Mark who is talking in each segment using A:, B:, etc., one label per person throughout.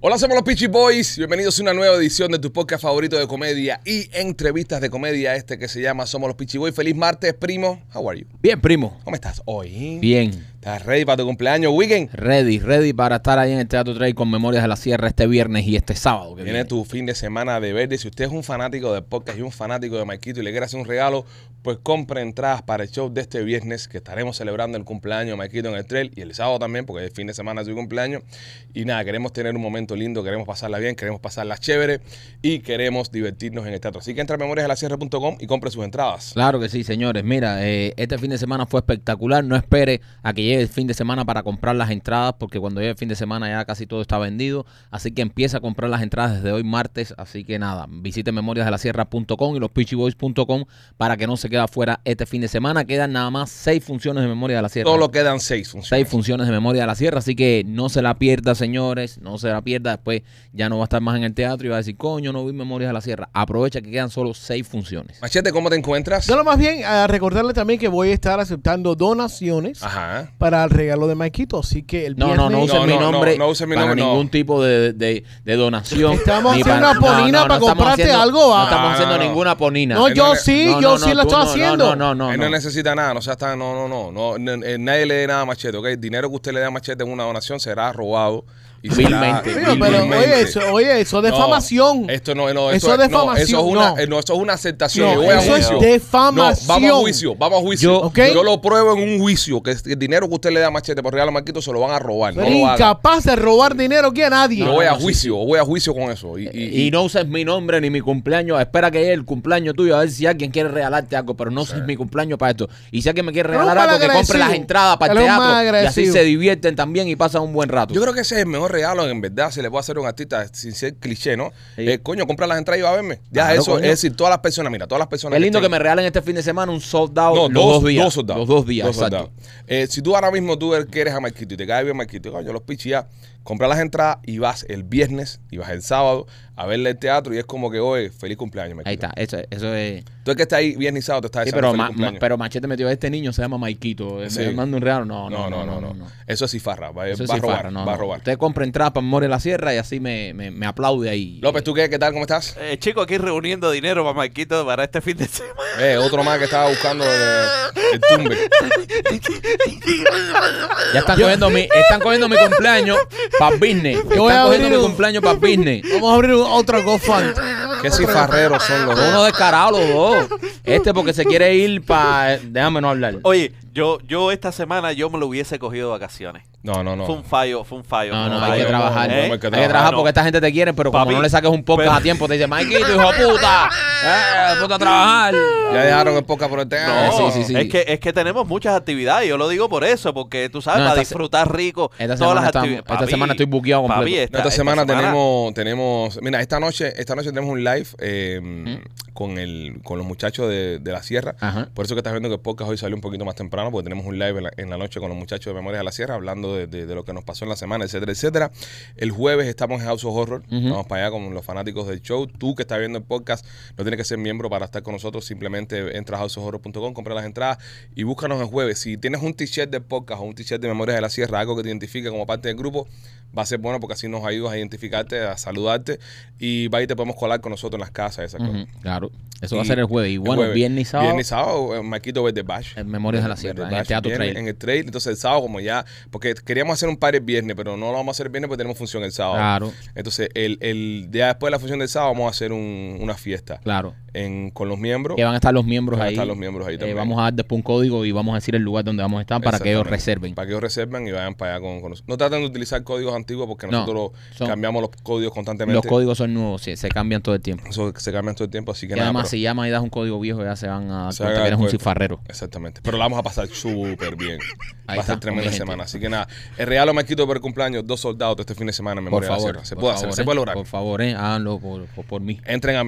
A: Hola, somos los Peachy Boys. Bienvenidos a una nueva edición de tu podcast favorito de comedia y entrevistas de comedia, este que se llama Somos los Peachy Boys. Feliz martes, primo. How are you?
B: Bien, primo.
A: ¿Cómo estás hoy?
B: Bien.
A: ¿Estás ready para tu cumpleaños, weekend?
B: Ready, ready para estar ahí en el Teatro Trade con Memorias de la Sierra este viernes y este sábado. que
A: Viene
B: viene.
A: tu fin de semana de verde. Si usted es un fanático del podcast y un fanático de Marquito y le quiere hacer un regalo, pues compre entradas para el show de este viernes que estaremos celebrando el cumpleaños de Marquito en el trail y el sábado también, porque el fin de semana es su cumpleaños. Y nada, queremos tener un momento lindo, queremos pasarla bien, queremos pasarla chévere y queremos divertirnos en el teatro. Así que entra a memoriasdelasierra.com y compre sus entradas.
B: Claro que sí, señores. Mira, eh, este fin de semana fue espectacular. No espere a que llegue el fin de semana para comprar las entradas, porque cuando llegue el fin de semana ya casi todo está vendido. Así que empieza a comprar las entradas desde hoy martes. Así que nada, visite memoriasdelasierra.com y lospitchyboys.com para que no se quede afuera este fin de semana. Quedan nada más seis funciones de Memorias de la Sierra.
A: Todo lo quedan seis funciones.
B: seis funciones de memoria de la sierra, así que no se la pierda, señores, no se la pierda, después ya no va a estar más en el teatro y va a decir, coño, no vi Memorias de la Sierra. Aprovecha que quedan solo seis funciones.
A: Machete, ¿cómo te encuentras?
C: Solo más bien a recordarle también que voy a estar aceptando donaciones
A: Ajá.
C: para el regalo de Maikito, así que el
B: Ah. No,
C: viernes
B: no, no usen
A: No,
B: mi
A: no, no,
B: nombre
A: no usen mi
B: para
A: nombre, no.
B: ningún tipo de, de- de donación.
C: Estamos
B: ni
C: haciendo una ponina para
B: estamos
C: comprarte
B: haciendo-
C: algo, va.
B: No estamos
A: No,
B: haciendo
A: no, no.
B: ninguna ponina.
C: No,
A: Eh,
C: yo
A: no,
C: sí,
B: No,
C: yo
B: no,
C: sí
B: no,
C: lo
B: tú
C: estoy
B: no, No,
C: haciendo.
B: no, no,
A: Él
B: no.
A: no necesita nada, no sea tan- no, no, no, no, n- eh, nadie le dé nada a Machete, ¿ok? El dinero que usted le dé a Machete en una donación será robado. Y
B: Vilmente,
A: será-
C: Pero, pero,
B: Vilmente.
C: oye, eso, oye, eso
A: No,
C: es defamación.
A: esto no, no, eso,
C: Eso es
A: es no, eso es
C: defamación,
A: una,
C: no.
A: eh, no, eso es una aceptación.
C: No,
A: Yo voy a
B: eso es
A: juicio.
C: defamación.
A: No, vamos a juicio, vamos a juicio.
B: Yo-
A: Yo,
C: ¿Ok?
A: lo pruebo en un juicio, que es- el dinero que usted le da a Machete por regalar a Marquito se lo van a robar.
C: Tú
A: No
C: eres
A: lo haga.
C: incapaz de robar dinero aquí a nadie.
A: Yo
B: No,
A: voy
B: no,
A: a
B: no, sí,
A: juicio, voy a juicio con eso. Y, y-
B: Y no uses mi nombre ni mi cumpleaños. Espera que llegue el cumpleaños tuyo a ver si alguien quiere regalarte algo, pero no uses mi cumpleaños para esto. Y si alguien me quiere
C: Pero
B: regalar
C: un
B: algo, que compre
C: malagradecido.
B: las entradas para el
C: Pero un
B: teatro. Y así
C: malagradecido.
B: se divierten también y pasan un buen rato.
A: Yo creo que ese es el mejor regalo, en verdad, se le puede hacer a un artista sin ser cliché, ¿no?
B: Sí.
A: Eh, coño, compra las entradas y va a verme. Ya
B: Claro,
A: eso,
B: coño.
A: es decir, todas las personas, mira, todas las personas.
B: es lindo que
A: estén-
B: me regalen este fin de semana un soldado
A: No,
B: los dos, días.
A: soldados.
B: Los dos días, exacto.
A: soldados. Eh, si tú ahora mismo tú quieres a Marquito y te cae bien Marquito, coño, los pichis ya, compra las entradas y vas el viernes y vas el sábado a verle el teatro y es como que, oye, feliz cumpleaños, Marquito.
B: Ahí está, eso, eso es.
A: Tú es que está ahí viernes y sábado, te estás
B: Sí,
A: diciendo
B: pero,
A: feliz
B: ma-
A: cumpleaños.
B: ma- pero Machete metió este niño, se llama Maikito.
A: Sí.
B: Me manda un regalo. No,
A: no, no, no, no, Eso es cifarra, va,
B: Eso
A: va
B: sí,
A: a robar,
B: farra, no,
A: va a
B: no.
A: robar.
B: Usted compra entradas para Memoria de la Sierra y así me, me, me aplaude ahí.
A: López, ¿tú qué? ¿Qué tal? ¿Cómo estás?
D: Eh, chico, aquí reuniendo dinero para Marquito para este fin de semana.
A: Eh, otro más que estaba buscando eh, el tumbe.
B: Ya están cogiendo mi, están cogiendo mi cumpleaños para business. Están
C: voy a
B: cogiendo
C: abrir
B: mi
C: un-
B: cumpleaños para business.
C: Vamos a abrir un- otra GoFund.
A: Qué cifarreros son los
B: Uno
A: dos.
B: descarado los dos. Este porque se quiere ir para. Déjame no hablar.
D: Oye, yo, yo esta semana yo me lo hubiese cogido de vacaciones.
A: No, no, no.
D: Fue un fallo, fue un fallo.
B: No,
D: fue un
B: no,
A: Ay,
B: hay que
D: fallo.
A: no,
B: trabajar.
A: no,
D: ¿Eh?
B: Hay que
A: no,
B: trabajar
D: no.
B: porque esta gente te quiere, pero como
D: Papi,
B: no le saques un podcast
D: pero-
B: a tiempo, te dice, Maikito, hijo de puta. Eh, ponte a trabajar.
A: Ya dejaron el podcast por el tema.
D: No,
B: Ah, sí, sí, sí.
D: Es, que, es que tenemos muchas actividades. Yo lo digo por eso, porque tú sabes,
B: No,
D: para
B: esta se-
D: disfrutar rico.
B: esta
D: todas las
B: semana estamos-
D: actividades.
B: esta semana estoy buqueado
D: papi,
B: completo.
A: No, esta, semana, tenemos, tenemos, mira, esta noche, esta noche tenemos un live eh, con el, con los muchachos de, de la sierra.
B: Ajá.
A: Por eso que estás viendo que el podcast hoy salió un poquito más temprano, porque tenemos un live en la, en la noche con los muchachos de Memorias de la Sierra, hablando de, de- de lo que nos pasó en la semana, etcétera, etcétera. El jueves estamos en House of Horror, vamos para allá con los fanáticos del show. Tú que estás viendo el podcast, no tienes que ser miembro para estar con nosotros, simplemente entra a houseofhorror.com, compra las entradas y búscanos el jueves. Si tienes un t-shirt del podcast o un t-shirt de Memorias de la Sierra, algo que te identifique como parte del grupo, va a ser bueno porque así nos ayudas a identificarte, a saludarte y va y te podemos colar con nosotros en las casas, esas cosas.
B: Ujú, Claro. Eso va a
A: Y
B: ser el jueves. Y bueno,
A: jueves.
B: viernes y sábado.
A: Viernes y sábado, eh, Marquito Verde Bash.
B: En Memorias de la Sierra,
A: Verde
B: en el
A: Bash,
B: Teatro
A: viernes,
B: Trail.
A: En el trail. Entonces el sábado, como ya. Porque queríamos hacer un par el viernes, pero no lo vamos a hacer el viernes porque tenemos función el sábado.
B: Claro.
A: Entonces, el, el día después de la función del sábado, vamos a hacer un- una fiesta
B: Claro.
A: en, con los miembros.
B: Que van a estar los miembros
A: Van a
B: ahí.
A: estar los miembros ahí
B: Eh,
A: también.
B: vamos a dar después un código y vamos a decir el lugar donde vamos a estar para que ellos
A: Exactamente.
B: reserven.
A: Para que ellos reserven y vayan para allá con, con nosotros. No traten de utilizar códigos antiguos porque
B: No,
A: nosotros los-
B: son-
A: cambiamos los códigos constantemente.
B: Los códigos son nuevos, sí, se cambian todo el tiempo.
A: Eso se cambian todo el tiempo, así que
B: Y
A: nada.
B: además,
A: pero-
B: si llamas y das un código viejo, ya se van a dar
A: Se
B: cuenta
A: haga
B: que eres un
A: cuenta.
B: cifarrero.
A: Exactamente. Pero la vamos a pasar súper bien.
B: Ahí
A: Va a ser
B: está,
A: tremenda
B: hombre, gente.
A: semana. Así que nada, el regalo me quito por el cumpleaños, dos soldados de este fin de semana en
B: Por
A: Memorias de la
B: favor.
A: Sierra. Se
B: por
A: puede
B: favor,
A: hacer, se
B: eh,
A: puede lograr.
B: Por favor, eh, háganlo por, por- por mí.
A: Entren a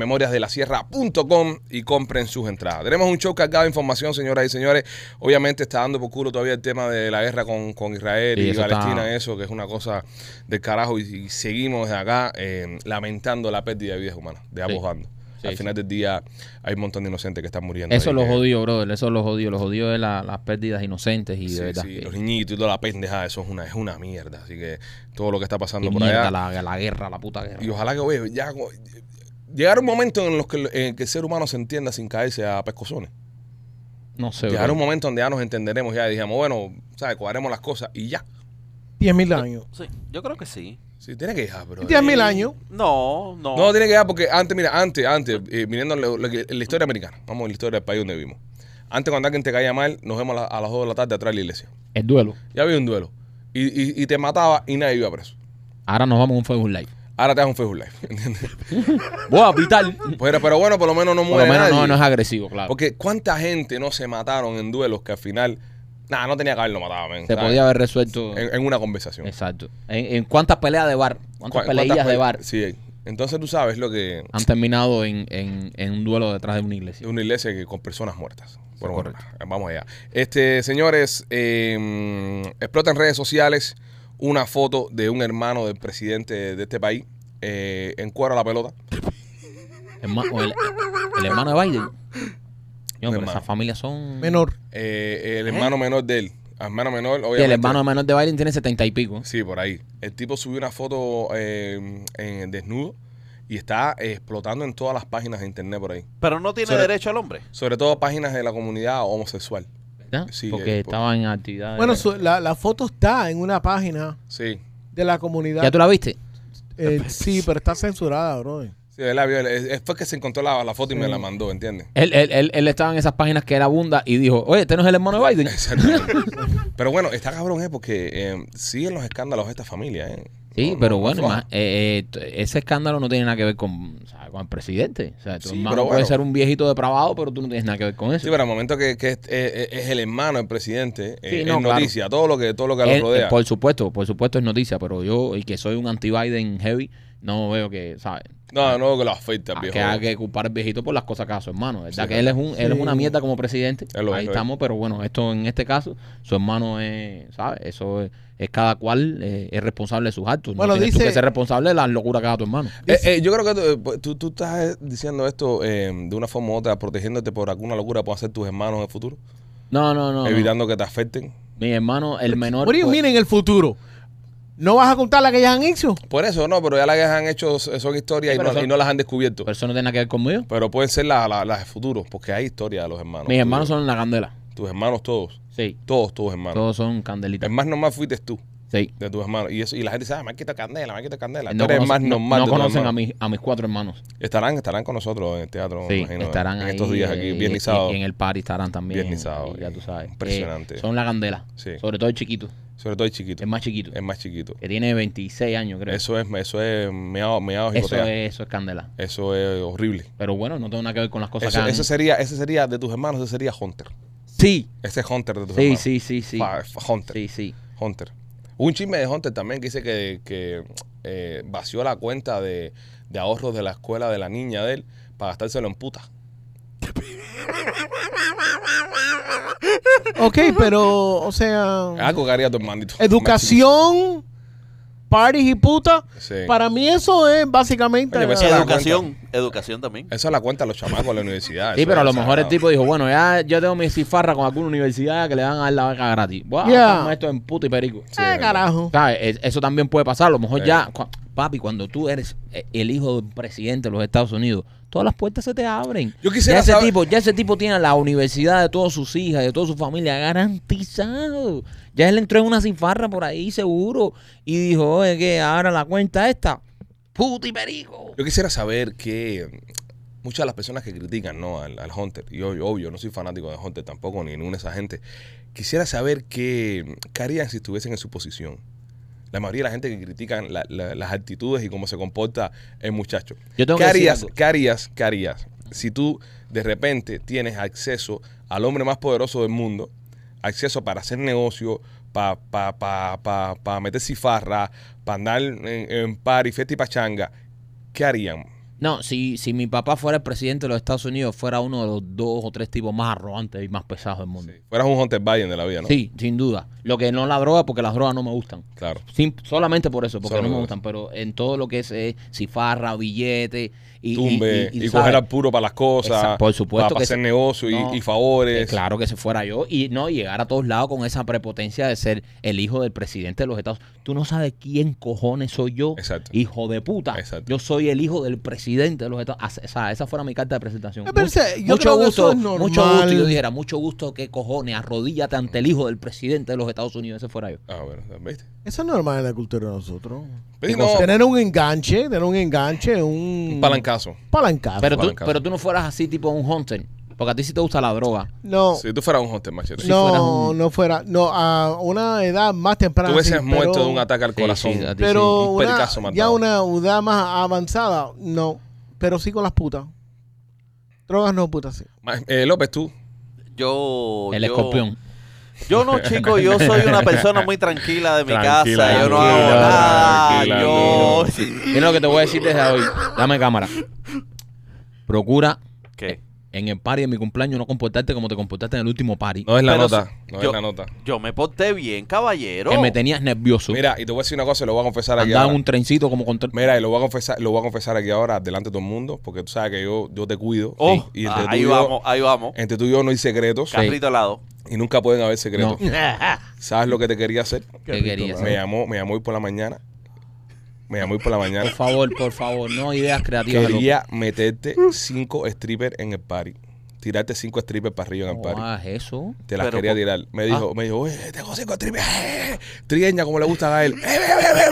A: memoriasdelasierra.com y compren sus entradas. Tenemos un show cargado de información, señoras y señores. Obviamente está dando por culo todavía el tema de la guerra con, con Israel
B: Sí,
A: y
B: eso está-
A: Palestina, eso, que es una cosa del carajo. Y, y seguimos desde acá eh, lamentando la pérdida de vidas humanas de ambos
B: Sí.
A: bandos.
B: Sí,
A: Al final del día hay un montón de inocentes que están muriendo.
B: Eso
A: ahí
B: lo
A: que-
B: jodió, brother. Eso lo jodió. Lo jodió de la- las pérdidas inocentes y
A: Sí,
B: de verdad.
A: sí,
B: que-
A: los niñitos y toda la pendejada, eso es una, es una mierda. Así que todo lo que está pasando
B: y
A: por
B: mierda,
A: allá.
B: la, la guerra, la puta guerra.
A: Y ojalá que, oye, ya. co- Llegar un momento en, los que, en el que el ser humano se entienda sin caerse a pescozones.
B: no sé,
A: Llegar
B: brother.
A: un momento donde ya nos entenderemos, ya dijimos, bueno, ¿sabes? Cuadremos las cosas y ya.
C: 10 mil años.
D: Sí, yo creo que sí. Eh,
A: Sí, tiene que dejar, bro.
C: 10 mil años.
D: No, no.
A: No, tiene que dar porque antes, mira, antes, antes, eh, mirando lo- lo que- la historia americana, vamos a la historia del país donde vivimos. Antes cuando alguien te caía mal, nos vemos a, la- a las 2 de la tarde atrás de la iglesia.
B: El duelo.
A: Ya había un duelo. Y, y- y te mataba y nadie iba preso.
B: Ahora nos vamos a un Facebook Live.
A: Ahora te das un Facebook Live. ¿entiendes?
B: Voy a pitar.
A: pero, pero bueno, por lo menos no
B: Por lo
A: muere
B: menos
A: nadie.
B: no, no es agresivo, claro.
A: Porque cuánta gente no se mataron en duelos que al final, nada, no tenía que haberlo matado, men,
B: Se
A: ¿sabes?
B: podía haber resuelto.
A: en, en una conversación.
B: Exacto. ¿En, en cuántas peleas de bar? ¿Cuántas
A: ¿Cuá-
B: peleillas
A: cuántas
B: de
A: pe-
B: bar
A: Sí. Entonces tú sabes lo que
B: han terminado en, en- en un duelo detrás de una
A: de
B: iglesia?
A: una iglesia que con personas muertas. Bueno, bueno,
B: correcto.
A: vamos allá. Este, señores, eh, explota en redes sociales una foto de un hermano del presidente de este país eh, en cuero a la pelota.
B: Herma- o el, el hermano de Biden. Yo, pero
A: hermano.
B: esas familias son.
C: Menor.
A: Eh, el hermano menor de él, hermano menor,
B: Sí,
A: obviamente.
B: el hermano menor de Biden tiene setenta y pico.
A: Sí, por ahí. El tipo subió una foto eh, en desnudo y está eh, explotando en todas las páginas de internet por ahí.
D: Pero no tiene
A: Sobre-
D: derecho al hombre.
A: Sobre todo páginas de la comunidad homosexual.
B: ¿verdad?
A: Sí,
B: Porque
A: eh, por-
B: estaba en actividad.
C: Bueno, su- la, la foto está en una página
A: Sí.
C: de la comunidad.
B: ¿Ya tú la Pues. viste?
C: Eh, sí, pero está censurada, bro.
A: Sí, él la vio, él- él- fue que se encontró la, la foto y me la mandó, ¿entiendes?
B: Él, él, él, él estaba en esas páginas que era abunda y dijo, oye, este no es el hermano de Biden.
A: Pero bueno, está cabrón, ¿eh? Porque eh, siguen los escándalos de esta familia, ¿eh?
B: Sí,
A: No-
B: pero
A: no- no
B: bueno,
A: afloja.
B: más- eh, eh, t- ese escándalo no tiene nada que ver con, o sea, con el presidente. O sea, tu
A: Sí,
B: hermano
A: pero
B: puede
A: bueno.
B: ser un viejito depravado, pero tú no tienes nada que ver con eso.
A: Sí, pero al momento que, que es, es- es el hermano del presidente, eh,
B: Sí,
A: es
B: no, claro.
A: noticia, todo lo que todo lo que
B: Él-
A: lo rodea.
B: eh, por supuesto, por supuesto es noticia, pero yo, y que soy un anti-Biden heavy, no veo que, ¿sabes?
A: No, no, que lo afecta,
B: Ah,
A: viejo.
B: que hay que culpar al viejito por las cosas que hace su hermano. ¿Verdad?
A: Sí,
B: que él es, un, él es una
C: Sí.
B: mierda como presidente.
A: Él lo es, eh.
B: Ahí
A: lo es.
B: estamos, pero bueno, esto en este caso, su hermano es, ¿sabes? Eso es, es cada cual eh, es responsable de sus actos.
C: Bueno,
B: no tienes tú
C: dice-
B: que ser responsable de las locuras que haga tu hermano.
A: Eh, eh, yo creo que tú, eh, pues, tú, tú estás diciendo esto eh, de una forma u otra, protegiéndote por alguna locura que puedan hacer tus hermanos en el futuro,
B: No, no, no. no.
A: evitando que te afecten.
B: Mi hermano, el menor.
C: Bueno,
B: pues,
C: miren el futuro. ¿No vas a contar la que ya han hecho?
A: Por eso, no, pero ya las que han hecho s- son historias
B: Sí,
A: y,
B: pero
A: no,
B: son-
A: y no las han descubierto.
B: pero
A: Pero,
B: eso no tiene nada que ver conmigo.
A: pueden ser la- la- las de futuro, porque hay historias de los hermanos.
B: Mis
A: Tus-
B: hermanos son la candela.
A: Tus hermanos todos,
B: Sí.
A: todos tus hermanos.
B: Todos son candelitas.
A: El más normal fuiste tú,
B: Sí.
A: de tus hermanos. Y eso y la gente sabe, Marquito Candela, Marquito Candela.
B: No,
A: tú eres el
B: conoce-
A: más
B: no-
A: normal
B: no
A: de tus
B: conocen a,
A: hermanos.
B: mis, a mis cuatro hermanos.
A: Estarán, estarán con nosotros en el teatro, me
B: Sí,
A: imagino,
B: estarán
A: en
B: ahí,
A: estos días aquí,
B: eh,
A: bien
B: y-
A: lisado.
B: y en el party estarán también.
A: Bien lisado,
B: y ya tú sabes.
A: impresionante.
B: Eh, son la candela.
A: Sí.
B: Sobre todo el chiquito.
A: Sobre todo el chiquito.
B: El más chiquito.
A: Es más chiquito.
B: que tiene 26 años, creo. Eso,
A: Eso es, eso es meado, meado jicotea.
B: es, eso es candela.
A: Eso es horrible.
B: Pero bueno, no tengo nada que ver con las cosas
A: Eso,
B: que hagan.
A: ese sería, ese sería de tus hermanos, ese sería Hunter.
B: Sí.
A: Ese es Hunter de tus
B: Sí,
A: hermanos.
B: sí, sí, sí.
A: Fa- fa- Hunter.
B: Sí, sí.
A: Hunter. Hubo Un chisme de Hunter también que dice que, que, eh, vació la cuenta de, de ahorros de la escuela de la niña de él para gastárselo en puta.
C: Ok, pero, o
B: Ah,
C: sea,
A: Algo que haría tu hermanito.
C: educación, parties y puta.
A: Sí.
C: Para mí eso es básicamente... ah,
A: Oye, pues,
C: la-
A: se da
D: Educación, educación también.
A: Eso es la cuenta de los chamacos de la universidad.
B: Sí,
A: Eso
B: pero a
A: es
B: lo mejor el
A: exagerado.
B: tipo dijo, bueno, ya yo tengo mi cifarra con alguna universidad que le van a dar la beca gratis. Voy a
C: Yeah.
B: gastarme esto en puto y perico.
A: Sí,
C: Ah,
A: es verdad.
C: carajo.
B: ¿Sabes? Es- e, Eso también puede pasar. A lo mejor
A: Sí.
B: ya, cua- papi, cuando tú eres eh, el hijo del presidente de los Estados Unidos, todas las puertas se te abren.
A: Yo quisiera
B: ya ese
A: saber-
B: tipo, ya ese tipo tiene la universidad de todas sus hijas, de toda su familia garantizado. Ya él entró en una cifarra por ahí seguro y dijo, oye, que ahora la cuenta esta, puto y perico.
A: Yo quisiera saber que muchas de las personas que critican ¿no? al, al Hunter, y obvio, obvio, no soy fanático de Hunter tampoco, ni ninguna de esa gente, quisiera saber qué qué harían si estuviesen en su posición. La mayoría de la gente que critican la- la- las actitudes y cómo se comporta el muchacho.
B: Yo tengo
A: ¿Qué
B: que decir
A: harías,
B: algo.
A: qué harías, qué harías si tú de repente tienes acceso al hombre más poderoso del mundo, acceso para hacer negocio, para pa, pa, pa, pa meter cifarra, para andar en, en par y fiesta y pachanga? ¿Qué harían?
B: No, si, si mi papá fuera el presidente de los Estados Unidos, fuera uno de los dos o tres tipos más arrogantes y más pesados del mundo.
A: Sí. Fueras un Hunter Biden de la vida, ¿no?
B: Sí, sin duda. Lo que no la droga, porque las drogas no me gustan.
A: Claro.
B: Sim- solamente por eso, porque
A: Solo
B: no me
A: por
B: gustan, pero en todo lo que es eh, cifarra, billete y,
A: Tumbe y,
B: ¿sabes?
A: coger al puro para las cosas.
B: Exacto, por supuesto
A: Para
B: que
A: hacer
B: sí.
A: negocio y,
B: No,
A: y favores.
B: Eh, claro que se fuera yo y no llegar a todos lados con esa prepotencia de ser el hijo del presidente de los Estados Unidos. Tú no sabes quién cojones soy yo,
A: Exacto.
B: hijo de puta.
A: Exacto.
B: Yo soy el hijo del presidente de los Estados Unidos. O sea, esa fuera mi carta de presentación.
C: Eh, pero
B: Mu-
C: ese- yo
B: mucho
C: creo que
B: gusto,
C: eso es normal.
B: mucho gusto. Yo dijera, mucho gusto, qué cojones, arrodíllate ante el hijo del presidente de los Estados Unidos. Ese fuera yo.
A: Ah, bueno, ¿viste?
C: Eso es normal en la cultura de nosotros.
A: ¿Viste? No,
C: Tener un enganche, tener un enganche, un,
A: un palancazo. Ah,
C: palancazo.
B: Pero tú,
A: Palancazo.
B: pero tú no fueras así tipo un hunter, porque a ti sí te gusta la droga.
C: no,
A: Si tú fueras un Hunter, machete.
B: fueras
C: no,
B: un-
C: no fuera. No, a una edad más temprana.
A: Tú hubieses
C: sí,
A: muerto
C: pero-
A: de un ataque al
B: Sí,
A: corazón.
B: sí, a ti
C: Pero
A: un
C: una-
A: pericazo matado.
C: ya una edad más avanzada, no. Pero sí con las putas. Drogas no, putas sí.
A: Ma- eh, López, tú.
D: Yo.
B: El
D: yo-
B: escorpión.
D: Yo no, chico, yo soy una persona muy tranquila de mi
A: Tranquila,
D: casa. Yo no hago
A: tranquila,
D: nada.
A: tranquila,
D: Yo.
B: Mira lo que te voy a decir desde hoy. Dame cámara. Procura
D: ¿Qué?
B: en el party de mi cumpleaños no comportarte como te comportaste en el último party.
A: No es la
D: Pero
A: nota.
D: si-
A: No
D: yo-
A: es la nota.
D: Yo me porté bien, caballero.
B: Que me tenías nervioso.
A: Mira, y te voy a decir una cosa y lo voy a confesar aquí.
B: Andaba en
A: ahora.
B: un trencito como con... tre-
A: Mira, y lo voy a confesar, lo voy a confesar aquí ahora delante de todo el mundo, porque tú sabes que yo, yo te cuido.
D: Oh,
A: y y
D: ah,
A: entre, tú
D: ahí
A: y
D: vamos,
A: yo,
D: ahí vamos.
A: entre tú y yo no hay secretos.
D: Carrito al lado.
A: Y nunca pueden haber secretos.
B: No.
A: ¿Sabes lo que te quería hacer?
B: ¿Qué querías?
A: Me llamó, me llamó hoy por la mañana. Me llamó hoy por la
B: Por
A: mañana.
B: favor, por favor, no ideas creativas.
A: Quería meterte cinco strippers en el party. Tirarte cinco strippers para arriba en el
B: loco.
A: party.
B: No hagas eso.
A: Te las
D: Pero,
A: quería
D: ¿por-
A: tirar. Me dijo,
B: Ah.
A: me dijo, oye, tengo cinco strippers. eh, Trigueña, como le gusta a él. Eh, ve, ve, ve,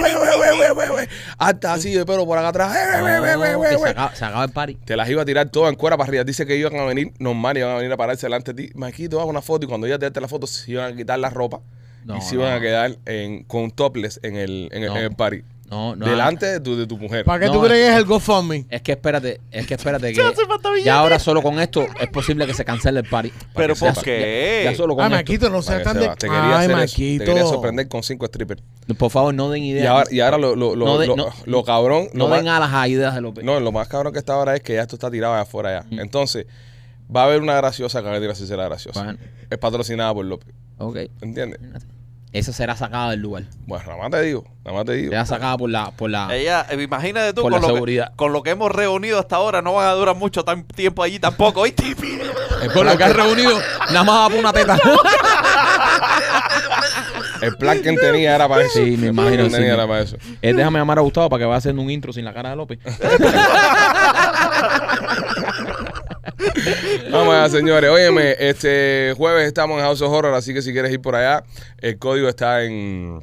A: ve, ve, ve, ve, ve. Hasta así, de pelo por acá atrás. Eh, ve, ve, ve,
B: No,
A: ve,
B: que
A: ve.
B: se, acaba, se acaba el party.
A: Te las iba a tirar todas en cuera para arriba. Dice que iban a venir normal, iban a venir a pararse delante de ti. Maquito, hago una foto y cuando ya te diste la foto se iban a quitar la ropa
B: No,
A: y se iban
B: no.
A: a quedar en, con topless en el, en el,
B: No.
A: en el party.
B: No, no.
A: delante de tu, de tu mujer.
C: ¿Para qué
B: No,
A: eh.
C: tú crees que es el GoFundMe?
B: Es que espérate, es que espérate. Que ya ahora solo con esto es posible que se cancele el party.
D: Pero
A: que
D: ¿por
A: sepa.
D: qué?
B: Ya, ya solo
C: Ay,
B: con esto.
C: Ah, Maquito, no
A: Para
C: seas
A: que
C: tan de...
A: sepa. te, quería
C: Ay,
A: hacer eso. Te
C: Maquito.
A: quería sorprender con cinco strippers.
B: Por favor, no den ideas.
A: Y ahora, y ahora lo, lo, lo,
B: No de-
A: lo-
B: no-
A: lo cabrón.
B: no
A: lo
B: den
A: más,
B: alas a ideas de López.
A: no, lo más cabrón que está ahora es que ya esto está tirado allá afuera ya.
B: Mm.
A: Entonces, va a haber una graciosa carretera si será graciosa.
B: Bueno.
A: Es patrocinada por López.
B: Ok.
A: ¿Entiendes?
B: Esa será sacada del lugar.
A: Bueno, nada más te digo. Nada más te digo.
B: Será sacada por la, por la.
D: Ella, eh, imagínate tú,
B: Ah. Por
D: con
B: la
D: lo, que,
B: seguridad.
D: con lo que hemos reunido hasta ahora, no van a durar mucho tan tiempo allí tampoco, ¿oíste?
B: Con lo eh, que has reunido, nada más va por una teta.
A: El plan que él tenía era para eso.
B: Sí, me
A: El plan que
B: imagino,
A: él tenía
B: sí.
A: era para eso.
B: Eh, déjame llamar a Gustavo para que vaya haciendo un intro sin la cara de López.
A: Vamos allá, señores. Óyeme, este jueves estamos en House of Horror, así que si quieres ir por allá, el código está en,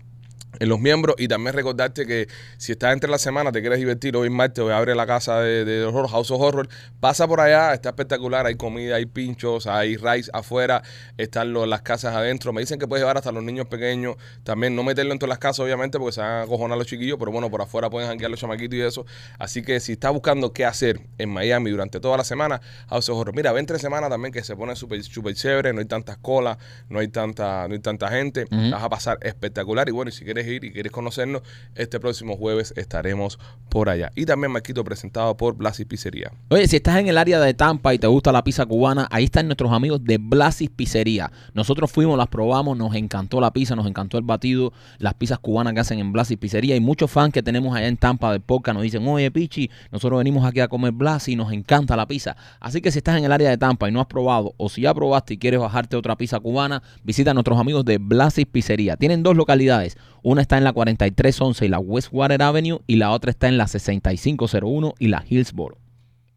A: en los miembros. Y también recordarte que si estás entre la semana, te quieres divertir, hoy martes hoy abre la casa de, de horror, House of Horror, pasa por allá, está espectacular, hay comida, hay pinchos, hay rice afuera, están lo- las casas adentro. Me dicen que puedes llevar hasta los niños pequeños, también no meterlo en todas las casas, obviamente, porque se van a acojonar los chiquillos, pero bueno, por afuera pueden janguear los chamaquitos y eso. Así que si estás buscando qué hacer en Miami durante toda la semana, House of Horror. Mira, ven tres semanas también que se pone súper súper chévere, no hay tantas colas, no hay tanta, no hay tanta gente,
B: Ujú.
A: vas a pasar espectacular. Y bueno, y si quieres ir y quieres conocernos, este próximo jueves estaremos por allá. Y también Marquito presentado por Blas y Pizzería.
B: Oye, si estás en el área de Tampa y te gusta la pizza cubana, ahí están nuestros amigos de Blasis Pizzería. Nosotros fuimos, las probamos, nos encantó la pizza, nos encantó el batido, las pizzas cubanas que hacen en Blasis Pizzería. Y muchos fans que tenemos allá en Tampa de Poca nos dicen, oye, Pichi, nosotros venimos aquí a comer Blasis y nos encanta la pizza. Así que si estás en el área de Tampa y no has probado, o si ya probaste y quieres bajarte otra pizza cubana, visita a nuestros amigos de Blasis Pizzería. Tienen dos localidades. Una está en la 4311 y la Westwater Avenue y la otra está en la 6501 y la Hillsboro.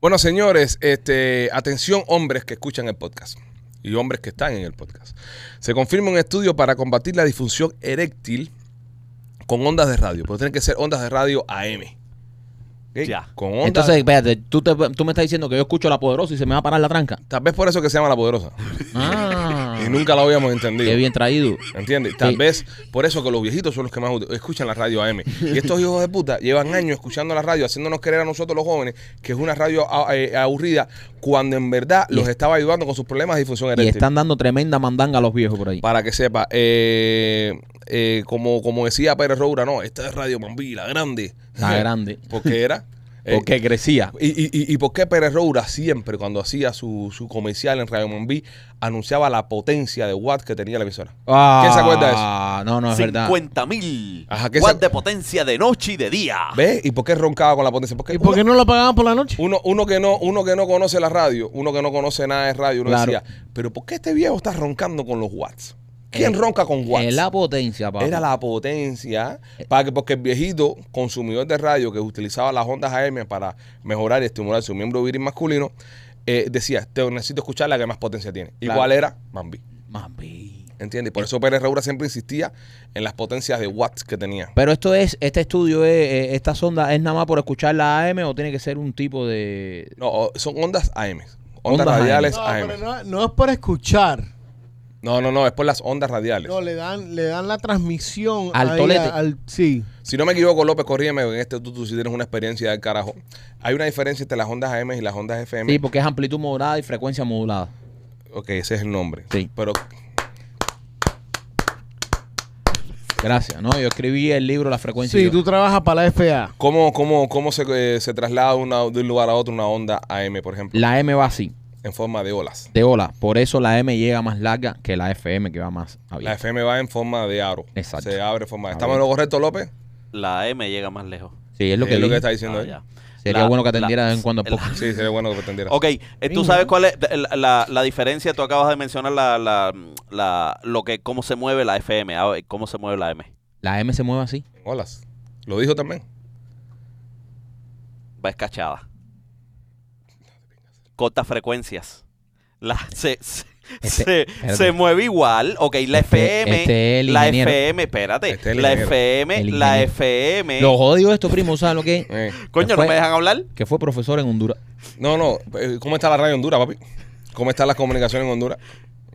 A: Bueno, señores, este, atención hombres que escuchan el podcast y hombres que están en el podcast. Se confirma un estudio para combatir la disfunción eréctil con ondas de radio, pero tienen que ser ondas de radio AM. ¿Ok?
D: Ya.
A: Con ondas.
B: Entonces, espérate, ¿tú, te- tú me estás diciendo que yo escucho la poderosa y se me va a parar la tranca.
A: tal vez por eso que se llama La Poderosa.
B: Ah,
A: Y nunca lo habíamos entendido.
B: qué bien traído.
A: ¿Entiendes? Tal
B: Sí.
A: vez por eso que los viejitos son los que más ut- escuchan la radio AM. Y estos hijos de puta llevan años escuchando la radio, haciéndonos creer a nosotros los jóvenes que es una radio a- eh, aburrida, cuando en verdad
B: Y
A: los
B: es-
A: estaba ayudando con sus problemas de difusión
B: Y
A: eréctil.
B: están dando tremenda mandanga a los viejos por ahí.
A: Para que sepa, eh, eh, como, como decía Pérez Roura, no, esta es Radio Mambí, la grande.
B: La grande.
A: Porque era Eh,
B: Porque crecía.
A: ¿Y, y, y- y por qué Pérez Roura siempre, cuando hacía su, su comercial en Radio Mambí, anunciaba la potencia de Watt que tenía la emisora? ¿Quién se acuerda de eso?
B: Ah, No, no, es verdad.
D: 50 mil
A: Ajá, ¿qué
D: watts
A: se-
D: de potencia de noche y de día.
A: ¿Ves? ¿Y por qué roncaba con la potencia? Porque
C: ¿Y por qué
A: uno,
C: no lo pagaban por la noche?
A: uno, uno que no, uno que no conoce la radio, uno que no conoce nada de radio, uno
B: Claro.
A: decía, pero ¿por qué este viejo está roncando con los Watts? ¿Quién
B: Eh,
A: ronca con Watts?
B: Es la potencia, papá.
A: Era la potencia para que, porque el viejito consumidor de radio que utilizaba las ondas AM para mejorar y estimular su miembro viril masculino, eh, decía, te necesito escuchar la que más potencia tiene.
B: Claro.
A: Igual era Mambi.
B: Mami.
A: ¿Entiendes? Y Por eso Pérez Raura siempre insistía en las potencias de watts que tenía.
B: Pero esto es, este estudio, es, eh, esta sonda, ¿es nada más por escuchar la AM o tiene que ser un tipo de...?
A: No, o- son ondas AM. Ondas,
B: Ondas AM.
A: radiales
C: No,
A: AM.
C: pero no, no es por escuchar.
A: No, no, no, es por las ondas radiales.
C: No, le dan, le dan la transmisión
B: Al
C: ahí
B: tolete.
C: a- al- sí.
A: Si no me equivoco, López, corrígeme, en este tú, tú sí tienes una experiencia del carajo. Hay una diferencia entre las ondas AM y las ondas FM.
B: Sí, porque es amplitud modulada y frecuencia modulada.
A: Ok, ese es el nombre.
B: Sí.
A: Pero
B: Gracias, ¿no? Yo escribí el libro La Frecuencia.
C: Sí,
B: y yo-
C: tú trabajas para la FA.
A: ¿Cómo, cómo, cómo se, eh, se traslada una- de un lugar a otro una onda AM, por ejemplo,
B: La M va así,
A: en forma de olas?
B: de ola. Por eso la M llega más larga que la FM, que va más
A: La
B: abierta.
A: FM va en forma de aro.
B: Exacto.
A: Se abre en forma de...
B: A
A: ¿Estamos en
B: ver.
A: lo correcto, López?
D: La M llega más lejos.
B: Sí, es lo que,
A: es lo que
B: dije.
A: está diciendo
D: Ah,
A: él.
D: ya.
B: Sería
D: La-
B: bueno que
D: la-
B: atendiera de vez en cuando.
D: la-
B: poco.
A: Sí, sería bueno que pretendiera.
D: Ok, eh, tú
C: Bingo.
D: sabes cuál es la, la- la diferencia, tú acabas de mencionar la, la, la- lo que, cómo se mueve la FM, a ver, cómo se mueve la M.
B: La M se mueve así.
A: Olas. Lo dijo también.
D: Va escachada. Cortas frecuencias. La, se, se,
B: Este-
D: se-
B: espérate.
D: se mueve igual. Ok, la
B: Este-
D: FM.
B: este es el
D: la
B: ingeniero.
D: FM, espérate.
A: Este es el
D: la
A: ingeniero.
D: FM,
B: El
D: la
B: ingeniero.
D: FM.
B: Lo odio esto, primo, ¿sabes lo que es?
A: Eh.
D: Coño, ¿no
B: Después-
D: me dejan hablar?
B: Que fue profesor en Honduras.
A: No, no. eh, ¿Cómo está la radio en Honduras, papi? ¿Cómo están las comunicaciones en Honduras?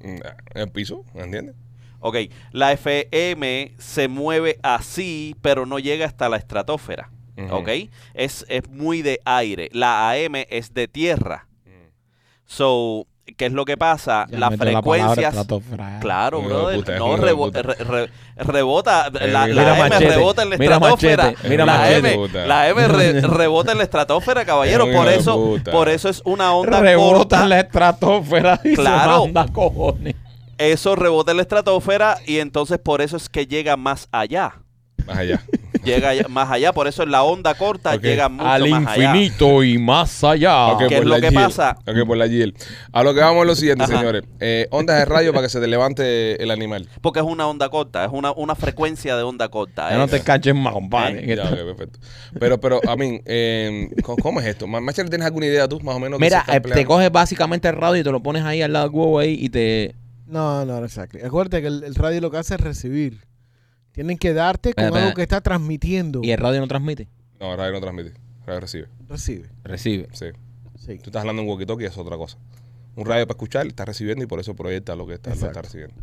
A: Mm, El piso, ¿entiendes?
D: Ok, la FM se mueve así, pero no llega hasta la estratosfera.
A: Ujú.
D: Ok, es, es muy de aire. La AM es de tierra. So, ¿qué es lo que pasa?
E: Ya
D: Las
E: meto la palabra
D: frecuencias.
E: estratosfera.
D: claro,
A: Un
D: brother.
A: hijueputa, es
D: no,
A: un
D: rebo-
A: hijueputa.
D: re- re- rebota.
A: Eh,
D: La,
A: mira
D: la M
B: Machete,
D: rebota en la
B: mira
D: estratosfera.
B: Machete,
A: mira
D: la,
A: Machete.
D: M, la M re- rebota en la estratosfera, caballero.
A: Es un
D: Por eso,
A: hijueputa.
D: por eso es una onda
E: Rebota
D: corta.
E: en la estratosfera y
D: Claro.
E: se manda cojones.
D: Eso rebota en la estratosfera y entonces por eso es que llega más allá.
A: Más allá.
D: llega ya- más allá. Por eso la onda corta
A: Ok.
D: llega mucho
E: Al
D: más allá.
E: infinito y más
B: Ah,
E: allá.
A: Ok,
D: ¿Qué es
A: por
D: lo
A: la
D: que
A: Gil.
D: pasa?
A: Ok, por la Gil. A lo que vamos es lo siguiente,
D: Ajá.
A: señores. Eh, ondas de radio para que se te levante el animal.
D: Porque es una onda corta, es una, una frecuencia de onda corta.
E: Ya no
D: es-
E: te caches más, compadre.
A: Eh,
B: este
A: Ya, ok, perfecto. Pero, pero, a mí, eh, ¿cómo- ¿cómo es esto? Ma- Machete, ¿tienes alguna idea tú, más o menos? que se
B: Mira,
A: está
B: eh, te
A: empleando?
B: coges básicamente el radio y te lo pones ahí al lado del huevo ahí y te...
C: No, no, no, exacto. Acuérdate que el, el radio lo que hace es recibir. Tienen que darte con
B: Espera, espera.
C: algo que está transmitiendo.
B: Y el radio no transmite.
A: No, radio no transmite. Radio recibe.
C: Recibe.
B: Recibe.
A: Sí.
C: Sí.
A: Tú estás hablando en walkie-talkie es otra cosa. Un radio para escuchar, está recibiendo y por eso proyecta lo que está, lo que está
C: Exacto.
A: recibiendo.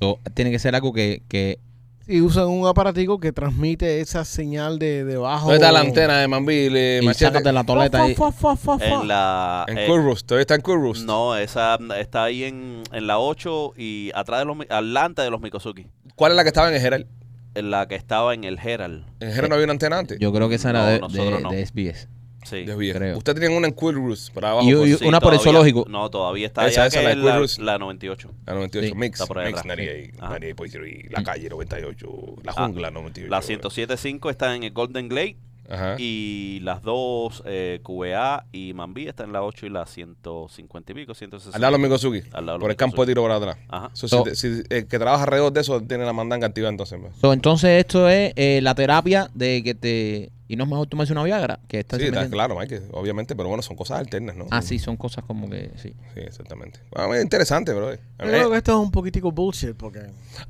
B: So, tiene que ser algo que... que
C: Y usan un aparatico que transmite esa señal de, de bajo.
A: ¿Dónde está la antena de Manville, eh,
B: Oh. y sácate
A: Machete?
B: la toleta ahí.
C: Fa, fa, fa, fa, fa.
D: en la.
A: En
D: eh,
A: Currus, todavía está en Currus.
D: no, esa está ahí en, en la 8 y atrás de los mi- adelante de los Mikosuki.
A: ¿Cuál es la que estaba en el Herald?
D: En la que estaba en el Herald.
A: ¿En Herald no había una antena antes?
B: Eh, Yo creo que esa era
D: No,
B: de,
D: nosotros
B: de-
D: no.
B: de SBS.
D: Sí. Pues
A: Dios mío.
B: creo.
A: Usted tenía una en Currus, para abajo. pues,
B: Y-
A: por
B: y-
A: eso.
D: Sí,
B: una por el
D: todavía-
B: zoológico.
D: No, todavía está
A: Esa,
D: allá,
A: esa,
D: que
A: la
D: es
A: de
D: la,
A: Quirrus.
D: la 98.
A: La 98,
B: Sí,
A: Mix,
D: está por ahí
A: Mix
D: atrás,
A: 98,
D: Ajá.
A: 98.3, la calle 98, la jungla 98.
D: La 107.5 está en el Golden Glade
A: Ajá.
D: y las dos, eh, QA y Mambi, está en la 8 y la 150 y pico, 160.
A: Al lado de los Mikosuki,
D: Al lado de los
A: por el campo de
D: Mikosuki.
A: tiro para atrás.
D: Ajá.
A: Eso,
B: No.
A: si, te- si el que trabaja alrededor de eso tiene la mandanga activa entonces. pues.
B: So, entonces esto es eh, la terapia de que te... Y no es mejor tomarse una Viagra, que está
A: Sí, está claro, Mike, obviamente, pero bueno, son cosas alternas, ¿no?
B: Ah, sí, son cosas como que... Sí.
A: Sí, exactamente. Bueno, es interesante, bro. A mí-
C: Yo creo que esto es un poquitico bullshit porque...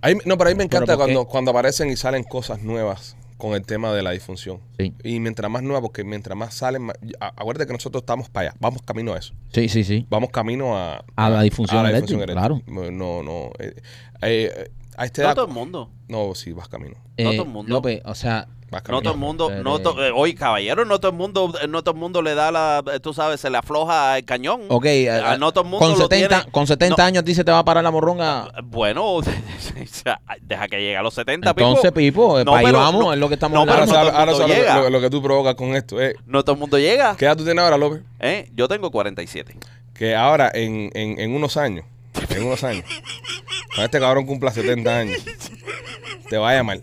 A: a mí- no, pero a mí me encanta
B: ¿Pero por qué?
A: cuando, cuando aparecen y salen cosas nuevas con el tema de la disfunción.
B: Sí.
A: Y mientras más nuevas, porque mientras más salen, más- a- acuérdate que nosotros estamos para allá, vamos camino a eso.
B: Sí, sí, sí.
A: Vamos camino a...
B: A la disfunción
A: disfunción
B: eréctil, claro.
A: No, no. no, eh, eh, eh, a esta
D: No
A: edad...
D: todo el mundo.
A: No, sí, vas camino.
D: No
B: Eh,
D: todo el mundo. Mm.
B: López, o sea,
A: Vas
D: No todo el
A: caminando.
D: mundo,
B: Pero-
D: no to- eh, oye caballero, no todo el mundo, eh, no todo el mundo le da la, eh, tú sabes, se le afloja el cañón.
B: Ok, eh,
D: Ah, no todo el mundo
B: con,
D: lo
B: 70,
D: tiene.
B: con 70 años a ti se te va a parar la morronga.
D: Bueno, o sea, deja que llegue a los 70, pico.
B: Entonces, Pipo, eh,
D: No,
B: pa' ahí
D: pero-
B: vamos,
D: no-
B: es lo que estamos
D: no, pero
A: Ahora
B: hablando.
D: no
A: sabes
D: todo el
A: ahora
D: mundo
A: sabes lo,
D: llega.
A: lo- lo que tú provocas con esto. es
D: No todo el mundo llega.
A: ¿Qué edad tú tienes ahora, López?
D: ¿eh? Yo tengo 47.
A: Que ahora, en, en, en unos años, en unos años, cuando este cabrón cumpla 70 años, te va a llamar.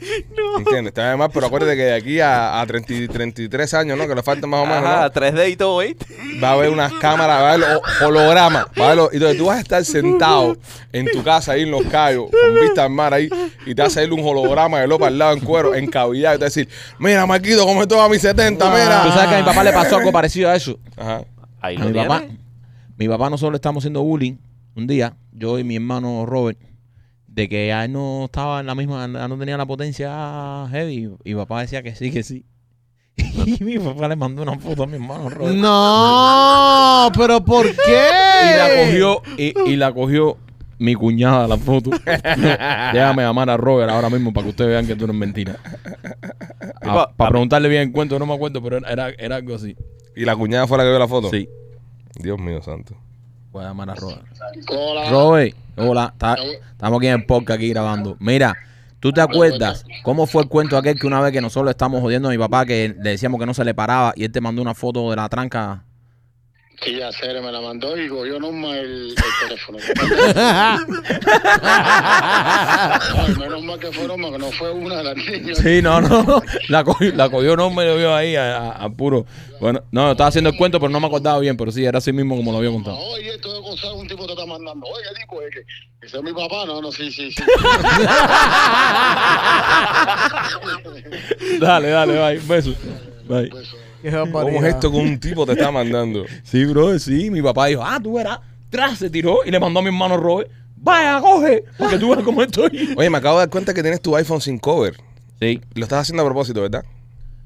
A: ¿Entiendes? Te va a llamar, pero acuérdate que de aquí a, a 30 y 33 años, ¿no? Que le faltan más o menos,
D: Ajá,
A: ¿no?
D: 3D y todo, ¿eh?
A: va a haber unas cámaras, va a haber ho- holograma, va a haber, ho- y entonces tú vas a estar sentado en tu casa ahí en Los Cayos, con vista al mar ahí, y te va a salir un holograma de López al lado en cuero, en cavidad, y te va a decir, mira Marquito, como esto a mis 70, mira.
B: Tú sabes que a mi papá le
D: ah.
B: pasó algo parecido a eso.
A: Ajá.
D: Ahí
B: A
D: lo
B: mi
D: tiene.
B: papá, mi papá nosotros le estábamos haciendo bullying un día, yo y mi hermano Robert, de que a él no estaba en la misma, a él no tenía la potencia heavy. Y mi papá decía que sí, que sí. Y mi papá le mandó una foto a mi hermano Robert.
C: No, pero ¿por qué?
B: Y la cogió, y, y la cogió mi cuñada la foto. Déjame llamar a Robert ahora mismo para que ustedes vean que tú no es mentira.
D: pa-
B: Para preguntarle bien el cuento, no me acuerdo, pero era- era, era algo así.
A: Y la cuñada fue la que vio la foto.
B: Sí.
A: Dios mío, santo.
B: Voy a llamar a Robert.
F: Hola.
B: Robert, hola, ta- estamos aquí en el podcast aquí grabando. Mira, ¿tú te acuerdas cómo fue el cuento aquel que una vez que nosotros le estamos jodiendo a mi papá que le decíamos que no se le paraba y él te mandó una foto de la tranca?
F: Sí, ya sé, me la mandó y cogió nomás el, el teléfono. Ay, menos mal que fue Norma, que no fue una de las niñas.
B: Sí, no, no. La cogió, la cogió no me lo vio ahí a, a- a puro. Bueno, no, estaba haciendo el cuento, pero no me acordaba bien, pero sí, era así mismo como lo había contado.
F: Oye, esto de cosas un tipo te está mandando. Oye, digo, es que ese es mi papá. No, no, sí, sí, sí.
B: Dale, dale, bye. Beso. Bye.
C: Qué
A: ¿Cómo
C: barbaridad.
A: es esto que un tipo te está mandando?
B: Sí, bro, sí. Mi papá dijo, ah, tú verás. Tras se tiró y le mandó a mi hermano Robert. Vaya, coge, porque tú verás cómo estoy.
A: Oye, me acabo de dar cuenta que tienes tu iPhone sin cover.
B: Sí,
A: Lo estás haciendo a propósito, ¿verdad?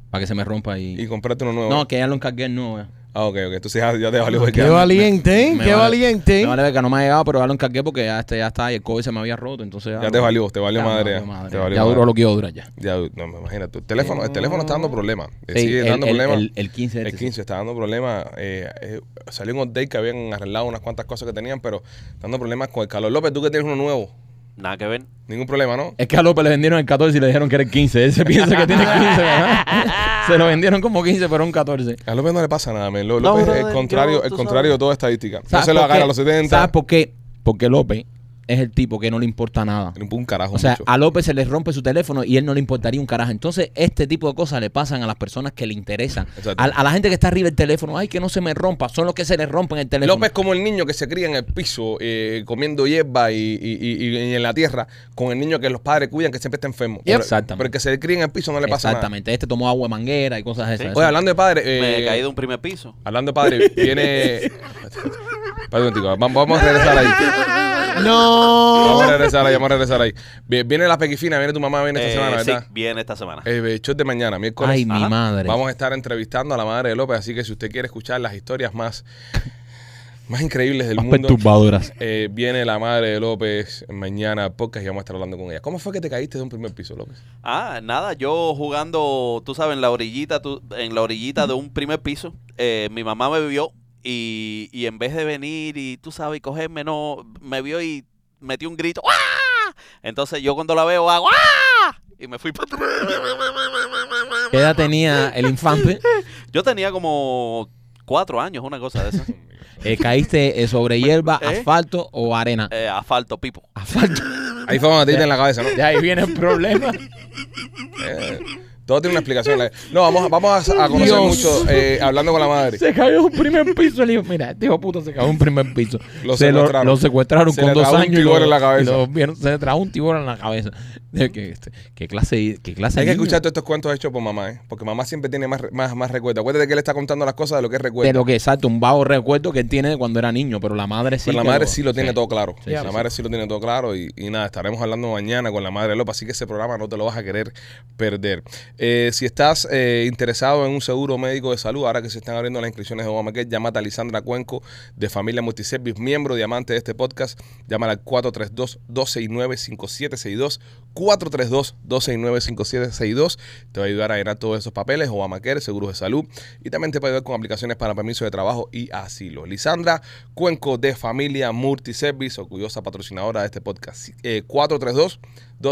B: para que se me rompa
A: Y compraste uno nuevo.
B: No, que ya lo encargué el nuevo. ya.
A: Ah, ok, ok. Entonces ya, ya te valió el
C: Qué
A: cambio.
C: valiente, ¿eh?
B: Me
C: Qué
B: vale-
C: valiente.
B: Me vale ver que no me ha llegado, pero ya lo encargué porque ya, este, ya está y el COVID se me había roto. Entonces ya,
A: Ya te valió, te valió
B: ya me
A: madre.
B: valió
A: Ya,
B: madre.
A: Te valió
B: ya
A: madre.
B: duró lo que iba a durar ya.
A: Ya, no me imagino. Tu teléfono, el teléfono está dando problemas. Eh,
B: Sí,
A: Sigue
B: el,
A: dando
B: el-
A: problemas.
B: el- el 15 de
A: El
B: este,
A: 15 está dando problemas. eh, eh, salió un update que habían arreglado unas cuantas cosas que tenían, pero está dando problemas con el calor. López, tú que tienes uno nuevo.
D: Nada que ver.
A: Ningún problema, ¿no?
B: Es que a López le vendieron el 14 y le dijeron que era el 15. Él se piensa que tiene 15. ¿verdad? se lo vendieron como 15, pero un 14.
A: A López no le pasa nada, men. Lo-
D: No,
A: López es
D: brother,
A: el
D: yo-
A: contrario,
D: tú
A: el
D: sabes.
A: contrario de toda estadística. No
B: ¿Sabes
A: se lo
B: por
A: agarra
B: qué?
A: a los 70.
B: ¿Sabes por qué? Porque López es el tipo que no le importa nada.
A: Le Un carajo.
B: O sea,
A: mucho.
B: a López se le rompe su teléfono y él no le importaría un carajo. Entonces, este tipo de cosas le pasan a las personas que le interesan.
A: Exacto.
B: A, a la gente que está arriba del teléfono, ay, que no se me rompa. Son los que se le rompen el teléfono.
A: López como el niño que se cría en el piso eh, comiendo hierba y, y- y- y en la tierra con el niño que los padres cuidan que siempre está enfermo. Pero-
B: Exactamente.
A: Pero el que se cría en el piso no le pasa nada.
B: Exactamente. Este tomó agua de manguera y cosas de esas.
A: Oye, hablando de padres...
D: Me
A: eh,
D: caí de un primer piso.
A: Hablando de padre, viene. Espérate un momentico, vam- vamos a regresar ahí. Vamos
C: No.
A: a regresar ahí, vamos a regresar ahí. Vi- Viene la pequifina, viene tu mamá, viene esta
D: Eh,
A: semana,
D: sí,
A: ¿verdad?
D: viene esta semana.
A: El show de mañana, miércoles.
B: Ay, mi madre.
A: Vamos a estar entrevistando a la madre de López, así que si usted quiere escuchar las historias más, más increíbles del
E: Más
A: mundo,
E: perturbadoras.
A: eh, viene la madre de López mañana al podcast y vamos a estar hablando con ella. ¿Cómo fue que te caíste de un primer piso, López?
D: Ah, nada, yo jugando, tú sabes, en la orillita, tú- en la orillita de un primer piso, eh, mi mamá me vio y, y en vez de venir y tú sabes y cogerme, no, me vio y metió un grito. ¡Ah! Entonces yo cuando la veo hago ¡Ah! y me fui.
B: ¿Qué edad tenía el infante?
D: Yo tenía como cuatro años, una cosa de esas.
B: Eh, ¿Caíste eh, sobre hierba,
D: ¿Eh?
B: asfalto o arena?
D: Eh, asfalto, pipo.
B: Asfalto.
A: Ahí fue donde te diste en la cabeza, ¿no?
E: De ahí viene el problema.
A: Eh, todo tiene una explicación. La- No, vamos, a- vamos a, a conocer
E: Dios.
A: mucho eh, hablando con la madre.
E: Se cayó un primer piso. Le digo, mira, este hijo de puta se cayó un primer piso.
A: Lo
E: se lo,
A: secuestraron.
E: lo secuestraron
A: Se
E: con
A: le
E: dos
A: trabó un
E: años. y
A: tibor
E: lo-
A: en la cabeza.
E: y lo vieron- se le trabó un tiburón en la cabeza. Digo, ¿Qué, este- qué clase, qué clase
A: Hay que
E: de niño?
A: escuchar todos estos cuentos hechos por mamá, ¿eh? Porque mamá siempre tiene más, más, más recuerdo. Acuérdate que él está contando las cosas de lo que es
B: De
A: recuerdo.
B: lo que exacto, un vago recuerdo que él tiene de cuando era niño, pero la madre sí.
A: Pero la
B: que
A: madre sí lo tiene todo claro.
B: Sí,
A: la
B: sí,
A: madre sí. lo tiene todo claro. Y, y nada, estaremos hablando mañana con la madre de López. Así que ese programa no te lo vas a querer perder. Eh, si estás eh, interesado en un seguro médico de salud, ahora que se están abriendo las inscripciones de Obamacare, llámate a Lisandra Cuenco de Familia Multiservice, miembro diamante de este podcast. Llámala al 432-269-5762. 432-269-5762. Te va a ayudar a llenar todos esos papeles, Obamacare, seguros de salud y también te puede ayudar con aplicaciones para permiso de trabajo y asilo. Lisandra Cuenco de Familia Multiservice, orgullosa patrocinadora de este podcast. Eh,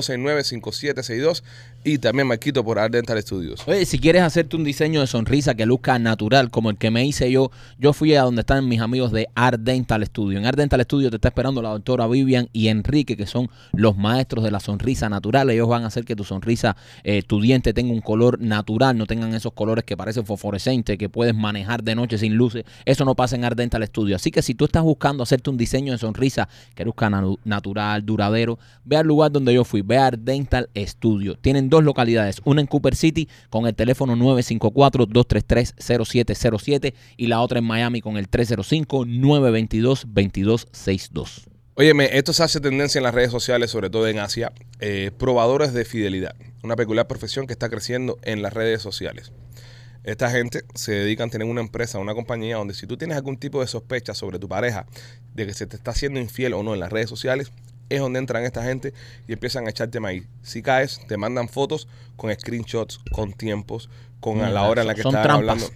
A: 432-269-5762 y también Marquito por Art Dental Studios.
B: Oye, si quieres hacerte un diseño de sonrisa que luzca natural, como el que me hice yo, yo fui a donde están mis amigos de Art Dental Studio. En Art Dental Studio te está esperando la doctora Vivian y Enrique, que son los maestros de la sonrisa natural. Ellos van a hacer que tu sonrisa, eh, tu diente tenga un color natural, no tengan esos colores que parecen fosforescentes, que puedes manejar de noche sin luces. Eso no pasa en Art Dental Studio. Así que si tú estás buscando hacerte un diseño de sonrisa que luzca nanu- natural, duradero, ve al lugar donde yo fui, ve a Art Dental Studio. Tienen dos localidades, una en Cooper City con el teléfono 954-233-0707 y la otra en Miami con el 305-922-2262.
A: Óyeme, esto se hace tendencia en las redes sociales, sobre todo en Asia, eh, probadores de fidelidad, una peculiar profesión que está creciendo en las redes sociales. Esta gente se dedica a tener una empresa, una compañía, donde si tú tienes algún tipo de sospecha sobre tu pareja, de que se te está haciendo infiel o no en las redes sociales, es donde entran esta gente y empiezan a echarte maíz. Si caes, te mandan fotos con screenshots, con tiempos, con a la hora en la que
B: Son
A: estás
B: trampas.
A: hablando.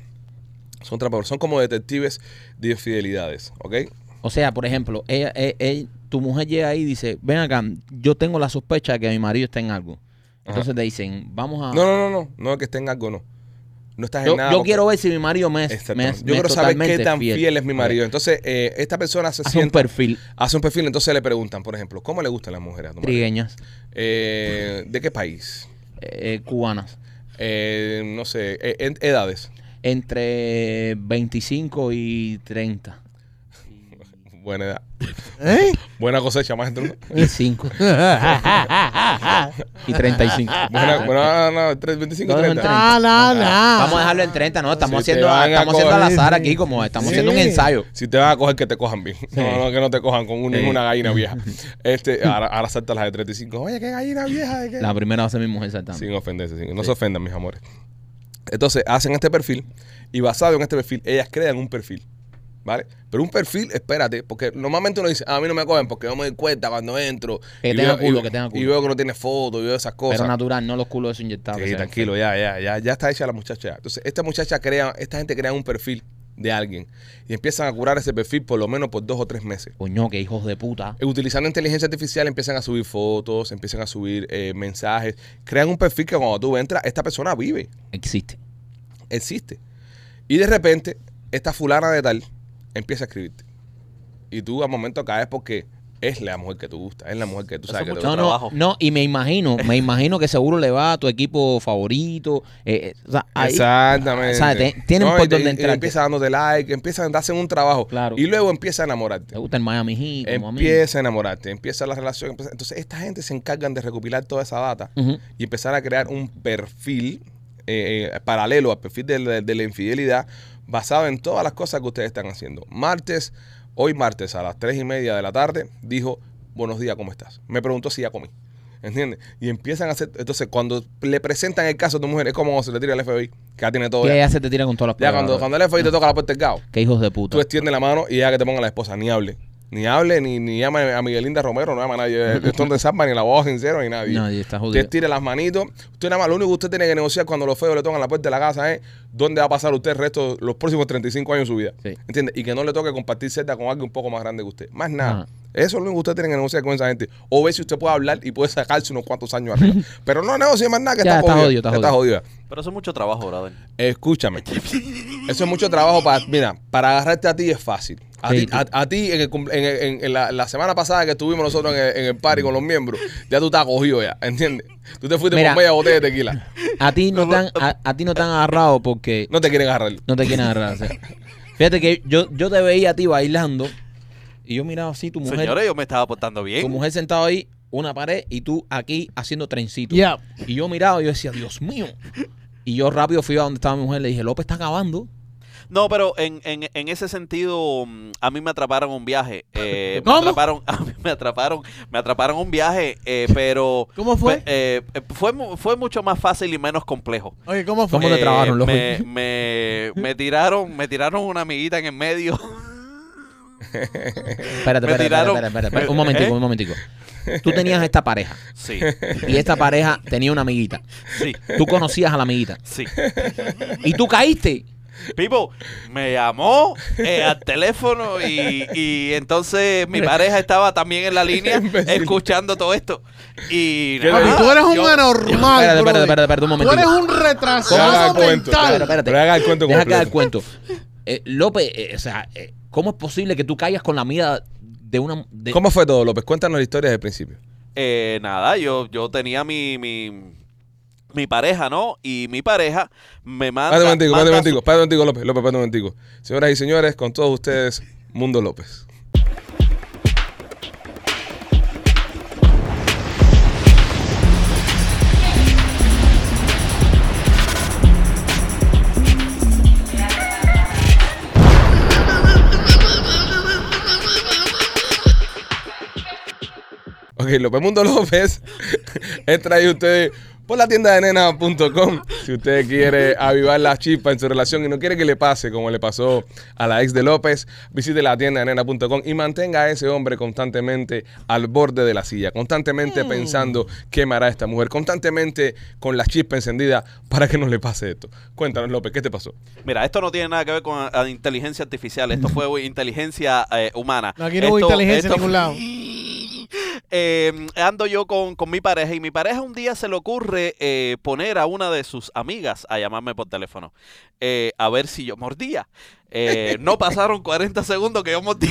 A: Son trampas, son como detectives de infidelidades, ¿ok?
B: O sea, por ejemplo, ella- e- e- tu mujer llega ahí y dice, ven acá, yo tengo la sospecha de que mi marido está en algo. Entonces te dicen, vamos a...
A: No, no, no, no. No que estén algo, no. No estás
B: Ah. yo
A: en nada.
B: yo
A: porque-
B: quiero ver si mi marido me es,
A: Exactamente.
B: me es-
A: Yo
B: me es
A: quiero saber qué
B: totalmente
A: tan fiel. es mi marido. Entonces, eh, esta persona se
B: Hace un
A: sienta.
B: perfil
A: hace un perfil, entonces le preguntan, por ejemplo, ¿cómo le gustan las mujeres a tu marido?
B: trigueñas,
A: Eh, ¿De qué país?
B: eh, cubanas,
A: Eh, no sé, eh, en- edades.
B: entre 25 y 30
A: Buena edad.
C: ¿Eh?
A: Buena cosecha, maestro.
B: y 5 y 35.
A: Buena, buena, no, no, tres- 25,
B: No, no,
A: 30.
B: no,
C: Ah, nah, nah.
B: Vamos a dejarlo en 30, no, estamos
A: Si te
B: haciendo
A: van a
B: estamos haciendo al
A: coger-
B: azar aquí como estamos
C: Sí.
B: haciendo un ensayo.
A: Si te van a coger, que te cojan bien. No, no, que no te cojan con un-
B: Sí.
A: una gallina vieja. Este, ahora, ahora salta las de 35. Oye, qué gallina vieja. ¿de qué?
B: La primera va a ser mi mujer saltando.
A: Sin ofenderse, sin- no se ofendan, mis amores. Entonces, hacen este perfil y basado en este perfil, ellas crean un perfil. ¿Vale? Pero un perfil, espérate, porque normalmente uno dice, "Ah, a mí no me cogen porque yo me doy cuenta cuando entro.
B: Que
A: y veo-
B: tenga
A: y
B: culo,
A: veo-
B: que tenga culo.
A: Y veo que no tiene foto, y veo esas cosas.
B: Pero natural, no los culos esos inyectados. que
A: Sí,
B: se ven
A: tranquilo, ya, ya, ya, ya está hecha la muchacha. ya. Entonces, esta muchacha crea, esta gente crea un perfil de alguien y empiezan a curar ese perfil por lo menos por dos o tres meses.
B: feos. Coño, que hijos de puta.
A: eh, Utilizando inteligencia artificial empiezan a subir fotos, empiezan a subir eh, mensajes, crean un perfil que cuando tú entras, esta persona vive
B: Existe.
A: existe. Y de repente, esta fulana de tal empieza a escribirte. Y tú al momento caes porque es la mujer que tú gusta, es la mujer que tú
D: Eso
A: sabes que
D: mucho
A: te
B: No,
A: gusta.
B: no,
D: trabajo.
B: no, y me imagino, me imagino que seguro le va a tu equipo favorito. eh, eh, o sea, ahí-
A: Exactamente.
B: o sea, te- tienen
A: No,
B: por
A: y te-
B: dónde
A: y- y
B: entrarte.
A: Empieza dándote like, empieza a hacer un trabajo.
B: Claro.
A: Y luego empieza a enamorarte.
B: Te gusta el Miami Heat, como a mí.
A: Empieza a enamorarte, empieza la relación. empieza- Entonces, esta gente se encargan de recopilar toda esa data
B: Ujú.
A: y empezar a crear un perfil eh, eh, paralelo al perfil de la, de la infidelidad basado en todas las cosas que ustedes están haciendo. Martes, hoy martes a las tres y media de la tarde, dijo, buenos días, ¿cómo estás? Me preguntó si ya comí. ¿Entiendes? Y empiezan a hacer... Entonces, cuando le presentan el caso a tu mujer, es como cuando se le tira el FBI, que ya tiene todo.
B: Que
A: Ya,
B: ella se te tira con todas las
A: Ya
B: palabras.
A: cuando, cuando el FBI te toca la puerta del cao,
B: Que hijos de puta.
A: tú extiendes la mano y ya que te ponga la esposa, ni hable. Ni hable, ni, ni llame a Miguelinda Romero, no llama a nadie. Esto no te salva ni la voz sincero, ni nadie.
B: Nadie está jodido.
A: Usted tira las manitos. Usted nada más, lo único que usted tiene que negociar cuando los feos le tocan la puerta de la casa es dónde va a pasar usted el resto, los próximos 35 años de su vida.
B: Sí.
A: ¿Entiende? Y que no le toque compartir celda con alguien un poco más grande que usted. Más nada.
B: Ajá.
A: Eso es lo único que usted tiene que negociar con esa gente. O ver si usted puede hablar y puede sacarse unos cuantos años arriba. Pero no negocie más nada que está,
B: Ya, está
A: jodida,
B: jodido, está
A: está jodida.
D: Pero eso es mucho trabajo, brother.
A: Escúchame. Eso es mucho trabajo para. Mira, para agarrarte a ti es fácil. A
B: Sí,
A: ti, a- a ti en, el cum- en el- en- en la, la semana pasada que estuvimos nosotros en el, en el party con los miembros, ya tú estás cogido ya, ¿entiendes? Tú te fuiste
B: Mira.
A: con media botella de tequila.
B: A ti no te han, a, a ti no te han agarrado porque
A: No te quieren agarrar.
B: no te quieren agarrar. o sea. Fíjate que yo, yo te veía a ti bailando y yo miraba así tu mujer,
D: Señores, yo me estaba portando bien.
B: tu mujer sentada ahí, una pared y tú aquí haciendo trencito.
C: Ya.
B: Y yo miraba y yo decía, Dios mío. Y yo rápido fui a donde estaba mi mujer y le dije, López está acabando.
D: No, pero en, en, en ese sentido, mm, a mí me atraparon un viaje. eh,
C: ¿Cómo?
D: Me atraparon, a mí me atraparon, me atraparon un viaje, eh, pero
C: ¿Cómo fue?
D: pe- eh, eh, fue, mu- fue mucho más fácil y menos complejo.
C: Oye, ¿cómo fue?
B: ¿Cómo te
D: Eh,
B: trabajaron, loco?
D: me, me, me tiraron, me tiraron una amiguita en el medio.
B: Espérate,
D: Me
B: espérate,
D: tiraron-
B: espérate, espérate, espérate. Un momentico,
D: ¿Eh?
B: un momentico. Tú tenías esta pareja
D: Sí,
B: y esta pareja tenía una amiguita.
D: sí,
B: Tú conocías a la amiguita
D: sí.
B: y tú caíste.
D: Pipo, me llamó eh, al teléfono y, y entonces mi pareja estaba también en la línea escuchando todo esto. Y
A: ¿Qué
D: nada,
A: le-
C: Eh, Papi, Ah, tú eres un
D: yo-
C: anormal.
B: Espérate, espérate,
C: brother.
B: espérate, espérate, un
C: Tú eres
B: momentico.
C: un retrasado
A: Pero haga el cuento,
C: mental.
B: espérate.
A: Pero haga el cuento
B: Deja que haga el
A: completo.
B: cuento. Eh, López, eh, o sea, eh, ¿cómo es posible que tú caigas con la amiga de una... de-
A: ¿Cómo fue todo, López? Cuéntanos la historia desde el principio.
D: Eh, nada, yo, yo tenía mi, mi, mi pareja, ¿no? Y mi pareja me manda.
A: Espérate un momentico, espérate un
D: manda
A: momentico, espérate un momentico, López, López, espérate un momentico. Señoras y señores, con todos ustedes, Mundo López. Ok, López Mundo López. Entra ahí ustedes por la tienda de nena.com. Si usted quiere avivar la chispa en su relación y no quiere que le pase como le pasó a la ex de López, visite la tienda de nena.com y mantenga a ese hombre constantemente al borde de la silla,
D: Hmm.
A: constantemente pensando qué me hará esta mujer, constantemente con la chispa encendida para que no le pase esto. Cuéntanos, López, ¿qué te pasó?
D: su- Mira, esto no tiene nada que ver con ah, inteligencia artificial. Esto fue inteligencia eh, humana.
C: No, aquí no hubo
D: Esto-
C: inteligencia en
D: esto-
C: ningún lado.
D: Eh, ando yo con, con mi pareja y mi pareja un día se le ocurre eh, poner a una de sus amigas a llamarme por teléfono eh, a ver si yo mordía. Eh, no pasaron 40 segundos que yo mordí.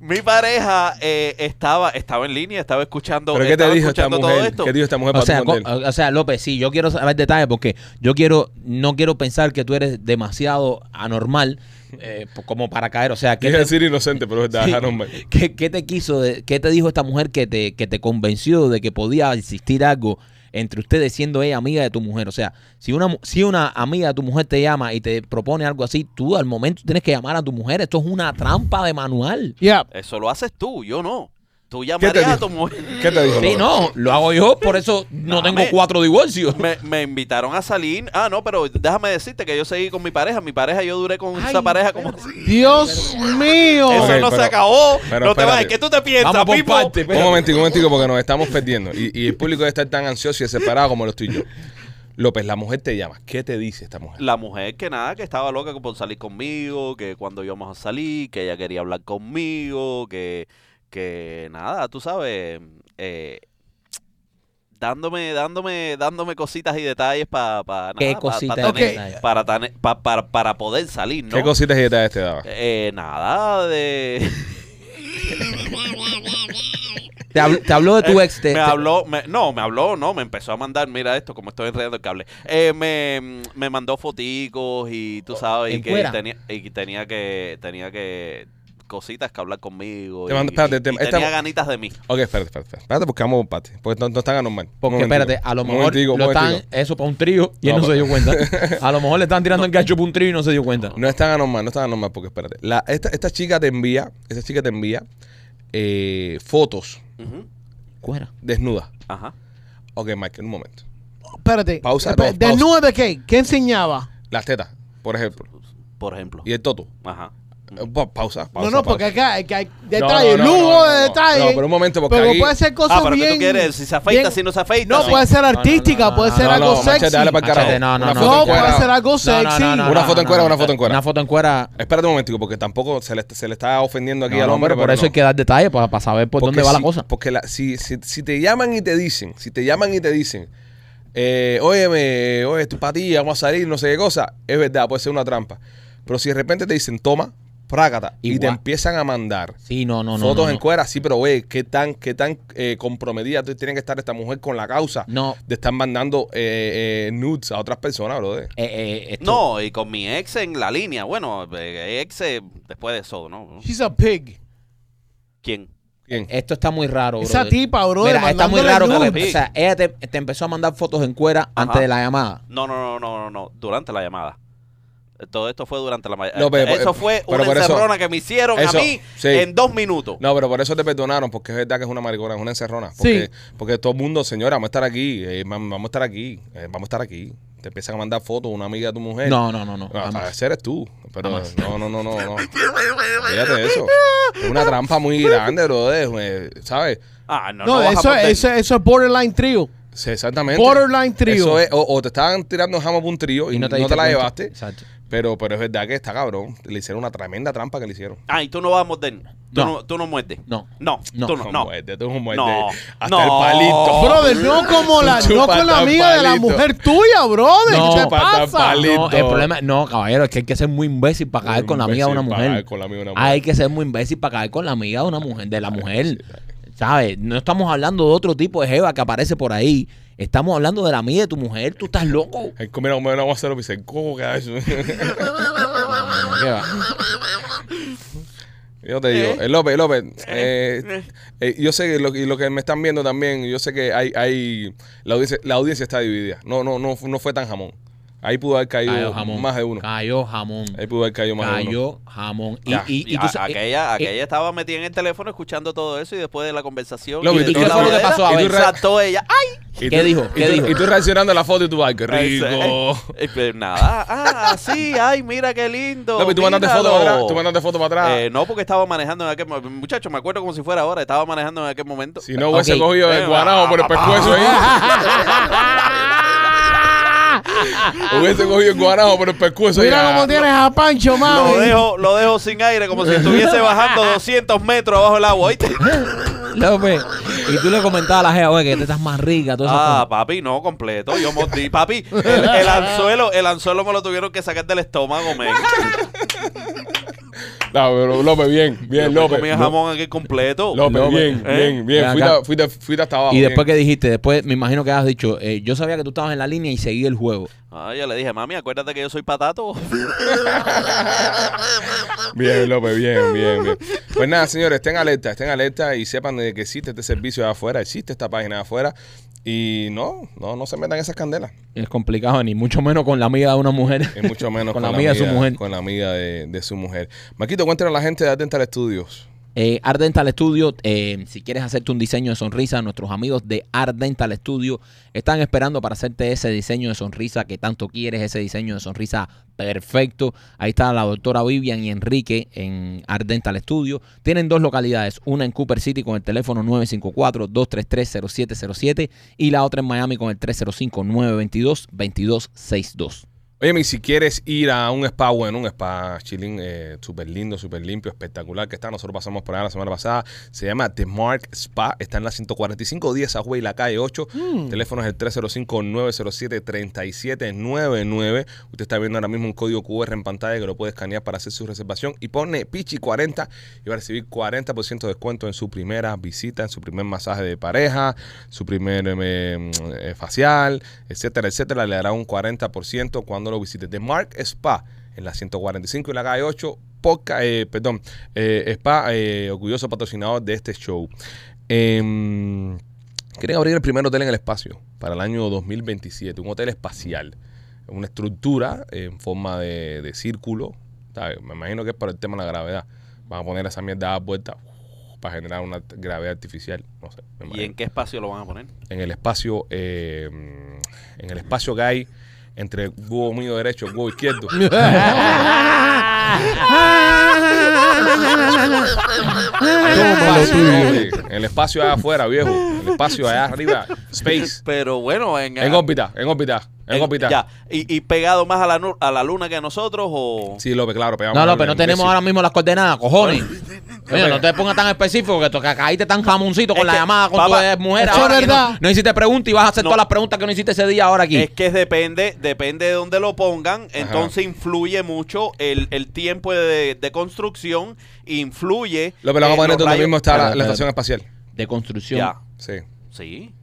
D: mi pareja eh, estaba, estaba en línea, estaba escuchando,
A: ¿Pero qué te
D: estaba
A: dijo esta
D: escuchando
A: mujer?
D: todo
A: ¿Qué
D: esto.
A: dijo esta mujer
B: O
A: para
B: sea,
A: tu condena?
B: co- o sea, López, sí, yo quiero saber detalles porque yo quiero, no quiero pensar que tú eres demasiado anormal eh, po- como para caer. O sea, ¿qué
A: Quise
B: te,
A: decir inocente, pero es verdad,
B: sí,
A: dejaron mal.
B: ¿qué, qué te quiso, de- qué te dijo esta mujer que te, que te convenció de que podía existir algo entre ustedes siendo ella amiga de tu mujer? O sea, si una, mu- si una amiga de tu mujer te llama y te propone algo así, tú al momento tienes que llamar a tu mujer. Esto es una trampa de manual.
C: Yeah.
D: Eso lo haces tú, yo no. Tú
A: ¿Qué te
D: llamarías a
A: dijo?
D: tu mujer.
A: ¿Qué te dijo?
B: Sí,
A: López?
B: no, lo hago yo, por eso no
D: Nah,
B: tengo
D: me-
B: cuatro divorcios.
D: Me, me invitaron a salir. Ah, no, pero déjame decirte que yo seguí con mi pareja. Mi pareja, yo duré con esa pareja como
C: Dios mío.
D: Eso
A: Ok,
D: no se
A: pero-
D: acabó.
A: pero
D: no te vas.
A: espérate.
D: ¿Qué tú te piensas,
B: Vamos por
D: Pipo?
B: parte,
A: Un momentico, un momentico, porque nos estamos perdiendo. Y, y el público debe estar tan ansioso y desesperado como lo estoy yo. López, la mujer te llama. ¿Qué te dice esta mujer?
D: La mujer que nada, que estaba loca por salir conmigo, que cuando íbamos a salir, que ella quería hablar conmigo, que, que nada, tú sabes, eh, dándome, dándome, dándome cositas y detalles para para
B: ¿Qué cositas
D: para,
C: y
B: detalles?
D: para, tane- pa- para, para poder salir, ¿no?
A: ¿Qué cositas y detalles te daba?
D: Eh, nada de
B: Te, habl- te habló de tu ex. te-
D: me
B: te-
D: habló, me- no, me habló, no, me empezó a mandar, mira esto, como estoy enredando el cable. Eh, me, me mandó foticos y tú sabes, y
B: Oh, ¿En
D: que,
B: cuera?
D: tenía, y que tenía que, tenía que, cositas que hablar conmigo.
A: Te
D: y,
A: mandó- espérate,
D: y-
A: te-
D: y
A: esta-
D: tenía ganitas de mí.
A: Ok, espérate, espérate. Espérate, espérate porque vamos por partes, Porque no, no están anormal.
B: Porque
A: Momentico,
B: espérate, a lo mejor
A: momentico,
B: lo están,
A: momentico.
B: eso para un trío y él
A: No,
B: no se dio cuenta. A lo mejor le están tirando el gancho para un trío y no se dio cuenta.
A: No están anormal, no están anormal. Porque espérate. La- esta, esta chica te envía, esta chica te envía eh, fotos
D: Ujú,
B: Cuera.
A: desnudas.
D: Ajá.
A: Ok, Michael, un momento.
C: Espérate.
A: Pausa,
C: Espe-
A: no, pausa.
C: ¿Desnudo de qué? ¿Qué enseñaba?
A: Las tetas, por ejemplo.
D: Por ejemplo.
A: Y el toto.
D: Ajá.
A: Eh, pa- Pausa, pausa.
C: no, no, porque
A: pausa.
C: acá hay, que hay
A: No,
C: detalles,
A: no, no,
C: lujo
A: no,
C: de
A: no, no.
C: detalles.
A: No, pero un momento, porque
C: Pero
A: aquí-
C: puede ser cosas
D: Ah, pero
C: bien.
D: ¿qué tú quieres? Si se afeita,
C: bien-
D: si no se afeita.
C: No,
B: pues,
D: si-
C: puede ser artística,
B: no, no,
C: puede
B: no,
C: ser
A: Ah, no,
C: algo
A: no,
C: sexy.
A: machete, dale para el carajo.
B: Machete, no, no,
A: Una
B: no,
A: foto
C: no,
A: encuerada.
C: puede ser algo
B: No,
C: sexy.
B: no, no, no,
A: Una
B: no,
A: foto en
B: no,
A: cuera,
B: no.
A: una foto en cuera.
B: Una foto en cuera.
A: Espérate un momentico, porque tampoco se le, está- se le está ofendiendo aquí
B: No,
A: al
B: no,
A: hombre.
B: pero por
A: pero
B: eso
A: no.
B: hay que dar detalles para, para saber por dónde va
A: si,
B: la cosa.
A: Porque la- si, si, si te llaman y te dicen, si te llaman y te dicen, eh, óyeme, oye, tu patilla, vamos a salir, no sé qué cosa, es verdad, puede ser una trampa. Pero si de repente te dicen, toma, prácata, y,
B: Igual.
A: te empiezan a mandar
B: Sí, no, no, no.
A: fotos
B: no,
A: en
B: no.
A: cuera, sí, pero oye, qué tan, qué tan eh, comprometida tú- tiene que estar esta mujer con la causa
B: No.
A: de estar mandando eh, eh, nudes a otras personas, brother.
B: Eh, eh, esto-
D: No, y con mi ex en la línea. Bueno, eh, ex eh, después de eso, ¿no?
C: She's a pig.
D: ¿Quién?
A: Bien.
B: Esto está muy raro, bro.
C: Esa tipa, bro.
B: Mira, está muy
C: mandándole
B: raro
C: nudes.
B: porque, o sea, ella te, te empezó a mandar fotos en cuera antes de la llamada.
D: No, no, no, no, no, no. Durante la llamada. Eh, Todo esto fue durante la mañana.
A: No, pero-
D: eso fue
A: pero
D: una
A: por eso-
D: encerrona que me hicieron
A: eso,
D: a mí
A: sí.
D: en dos minutos.
A: No, pero por eso te perdonaron, porque es verdad que es una maricona, es una encerrona. Porque, porque todo el mundo, señora, vamos a estar aquí, eh, mam- vamos a estar aquí, eh, vamos a estar aquí. Te empiezan a mandar fotos de una amiga de tu mujer.
B: No, no, no, no.
A: No,
B: jamás.
A: a veces eres tú. Pero no, no, no, no, no. Fíjate de eso. Es una trampa muy grande, bro. eh, ¿Sabes?
D: Ah,
C: No,
D: no, no vas a
C: eso,
D: poder-
C: eso, eso es borderline trío.
A: Sí, exactamente.
C: Borderline
A: Eso
C: trío.
A: es, o, o te estaban tirando jamón por un trío y, no te,
B: diste
A: la
B: cuenta.
A: llevaste.
B: Exacto.
A: Pero, pero es verdad que está cabrón. Le hicieron una tremenda trampa que le hicieron.
D: Ah, y tú no vas a morder. Tú no,
B: No.
D: tú no muerdes.
B: No.
D: No,
B: No.
D: tú no. no.
A: Muerde, tú este, es un muerde.
D: No.
A: Hasta
D: No.
A: el palito.
C: Brother, no como la,
A: Tú
C: no
A: chupas
C: con la
A: tan
C: amiga de la
A: palito.
C: mujer tuya, brother.
B: No,
C: ¿Qué te
B: chupas
A: tan
C: pasa?
A: palito.
B: No, el
A: Listo.
B: problema, no, caballero, es que hay que ser muy imbécil para caer con la amiga de una
A: Imbécil, para caer
B: mujer.
A: con la amiga de una
B: Hay
A: mujer.
B: que ser muy imbécil para caer con la amiga de una mujer, de la mujer. ¿Sabes? No estamos hablando de otro tipo de jeva que aparece por ahí. Estamos hablando de la amiga de tu mujer. Tú estás loco.
A: Ay, mira, mira, vamos a hacer lo que se cojo que eso.
B: ¿Qué va?
A: Yo te digo, eh, López, López, eh, eh, yo sé que lo, y lo que me están viendo también, yo sé que hay, hay la audiencia, la audiencia está dividida. No, no, no, fu- no fue tan jamón. Ahí pudo haber caído
B: Cayó jamón.
A: más de uno.
B: Cayó jamón.
A: Ahí pudo haber caído más de uno.
B: Cayó jamón. Y,
A: Ya.
B: y, y
D: Y
B: tú
D: a-
B: sabes-
D: aquella,
B: eh,
D: aquella estaba metida en el teléfono escuchando todo eso y después de la conversación.
A: Lo
D: y
A: vi-
D: de
A: ¿y
D: toda
A: qué
D: la
A: fue lo que
D: jodera,
B: pasó? A ver.
D: Saltó ella. ¡Ay!
A: ¿Y
B: ¿Qué
A: tú-
B: dijo?
A: y
B: ¿Qué
A: tú-
B: dijo?
A: Y tú reaccionando a la foto y tú, ay, qué rico.
D: Eh, pues nada. Ah, sí. Ay, mira qué lindo.
A: López, tú mandaste foto para
D: míralo.
A: atrás. Tú mandaste foto para atrás.
D: Eh, no, porque estaba manejando en aquel momento. Muchacho, me acuerdo como si fuera ahora. Estaba manejando en aquel momento.
A: si no hubiese
B: ok.
A: cogido el
D: Eh,
A: guanajo por el pescuezo
D: ah.
A: ahí. hubiese cogido el guanajo por el pescuezo ahí.
C: Mira
A: ah,
C: cómo tienes a Pancho, mami.
D: Lo dejo, lo dejo sin aire, como si estuviese bajando 200 metros abajo del agua. ¿oíste?
B: López, pues, y tú le comentabas a la jeva, oye, que te estás más rica, todas esas
D: Ah,
B: cosas.
D: papi, no, completo. Yo mordí, papi. El, el anzuelo, el anzuelo me lo tuvieron que sacar del estómago, men.
A: No, pero López, bien, bien,
D: Yo
A: López.
D: comí el jamón aquí completo.
A: López,
B: López,
A: bien,
D: ¿eh?
A: bien, bien.
B: Ven
A: Fuiste,
B: acá.
A: a- fuiste, fuiste hasta abajo.
B: Y después
A: bien.
B: que dijiste, después me imagino que has dicho, eh, yo sabía que tú estabas en la línea y seguí el juego.
D: Ah, yo le dije, mami, acuérdate que yo soy patato.
A: Bien, López, bien, bien, bien. Pues nada, señores, estén alerta, estén alerta y sepan de que existe este servicio de afuera, existe esta página de afuera. Y no, no, no se metan esas candelas.
B: Es complicado, ni mucho menos con la amiga de una mujer.
A: Es mucho menos
B: Con la amiga de su mujer.
A: Con la amiga de, de su mujer. Maquito, cuéntanos a la gente de Atental Studios.
B: Eh, Art Dental Studio, eh, si quieres hacerte un diseño de sonrisa, nuestros amigos de Art Dental Studio están esperando para hacerte ese diseño de sonrisa que tanto quieres, ese diseño de sonrisa perfecto. Ahí está la doctora Vivian y Enrique en Art Dental Studio. Tienen dos localidades, una en Cooper City con el teléfono 954-233-0707 y la otra en Miami con el 305-922-2262.
A: Oye, mi, si quieres ir a un spa, bueno, un spa chilling eh, súper lindo, súper limpio, espectacular que está. Nosotros pasamos por allá la semana pasada. Se llama The Mark Spa. Está en la 145 10 Agua y la calle 8. Teléfono es el 305-907-3799. Usted está viendo ahora mismo un código QR en pantalla que lo puede escanear para hacer su reservación. Y pone Pichi40 y va a recibir 40% de descuento en su primera visita, en su primer masaje de pareja, su primer eh, eh, facial, etcétera, etcétera. Le dará un 40% cuando lo visite. The Mark Spa en la 145 y la calle 8. Poca, eh, perdón, eh, Spa, eh, orgulloso patrocinador de este show. Em, Quieren abrir el primer hotel en el espacio para el año 2027, un hotel espacial. Una estructura en forma de, de círculo. ¿sabes? Me imagino que es para el tema de la gravedad. Van a poner esa mierda a vuelta uf, para generar una t- gravedad artificial. No sé. me
D: ¿Y en
A: imagino.
D: qué espacio lo van a poner?
A: En el espacio, eh, en el espacio que hay entre el huevo mío derecho y el huevo izquierdo. Hombre, el espacio allá afuera, viejo. El espacio allá arriba. Space.
D: Pero bueno, en, ah,
A: En órbita, en órbita, en,
D: en-
A: órbita.
D: ya. ¿Y, y pegado más a la, nu- a la luna que a nosotros o...?
A: Sí, López, claro, pegamos.
B: No,
A: la
B: López, no
A: luna,
B: tenemos
A: imbécil.
B: ahora mismo las coordenadas, cojones. Coño, no te pongas tan específico que, to- que caíste tan jamoncito con
D: Es
B: la
D: que,
B: llamada con
D: papá,
B: tu mujer.
C: eso
B: ahora
C: es
B: que no-
C: verdad.
B: No, hiciste preguntas y vas a hacer
D: No.
B: todas las preguntas que no hiciste ese día ahora aquí.
D: Es que depende, depende de dónde lo pongan, entonces influye mucho el, el tiempo de, de construcción, influye...
A: López, lo vamos a
D: eh,
A: poner
D: los
A: donde
D: rayos-
A: mismo está la,
B: Espérate,
A: la
B: espérate.
A: estación espacial.
B: De construcción.
D: Ya,
A: Sí.
D: sí.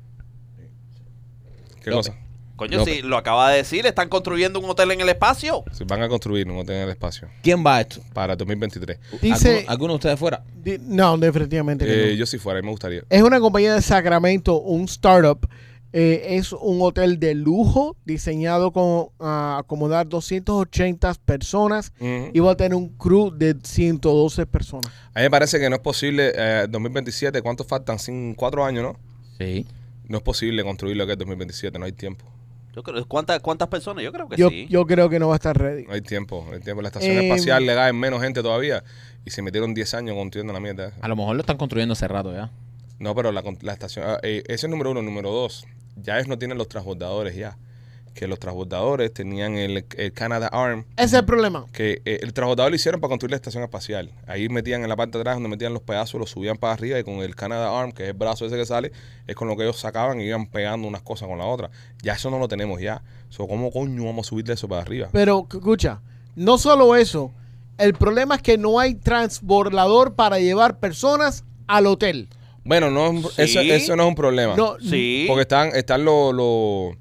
A: ¿Qué
B: López.
A: cosa?
D: Coño,
A: López.
D: sí, lo acaba de decir, están construyendo un hotel en el espacio.
A: Se van a construir, no tener espacio.
B: ¿Quién va a esto?
A: Para 2023.
C: Dice,
B: ¿Alguno, alguno de ustedes fuera?
C: di- no, definitivamente que
A: Eh,
C: no.
A: yo si fuera, a mí me gustaría.
C: Es una compañía de Sacramento, un startup, Eh, es un hotel de lujo diseñado con, ah, acomodar 280 personas
A: Ujú.
C: y va a tener un crew de 112 personas.
A: A mí me parece que no es posible, eh, 2027, ¿cuántos faltan? Sin cuatro años, ¿no?
B: Sí.
A: No es posible construir lo que es 2027, no hay tiempo.
D: Yo creo, ¿cuántas, ¿Cuántas personas? Yo creo
B: Pues
D: que
C: Yo,
D: sí.
C: yo creo que no va a estar ready.
A: No hay tiempo, no hay tiempo. La estación
C: Eh,
A: espacial le caen menos gente todavía y se metieron 10 años construyendo la mierda. esa.
B: A lo mejor lo están construyendo hace rato ya.
A: No, pero la, con- la estación, ah, eh, ese es número uno. Número dos, ya ellos no tienen los transbordadores ya. Que los transbordadores tenían el, el Canada Arm,
C: Ese es el problema.
A: que eh, el transbordador lo hicieron para construir la estación espacial. Ahí metían en la parte de atrás donde metían los pedazos, los subían para arriba y con el Canada Arm, que es el brazo ese que sale, es con lo que ellos sacaban y iban pegando unas cosas con la otra. Ya eso no lo tenemos ya. So, ¿Cómo coño vamos a subirle eso para arriba?
C: Pero, c- escucha, no solo eso. El problema es que no hay transbordador para llevar personas al hotel.
A: Bueno, no, es un-
D: Sí.
A: eso, eso no es un problema.
C: No,
D: sí.
A: Porque están, están los los-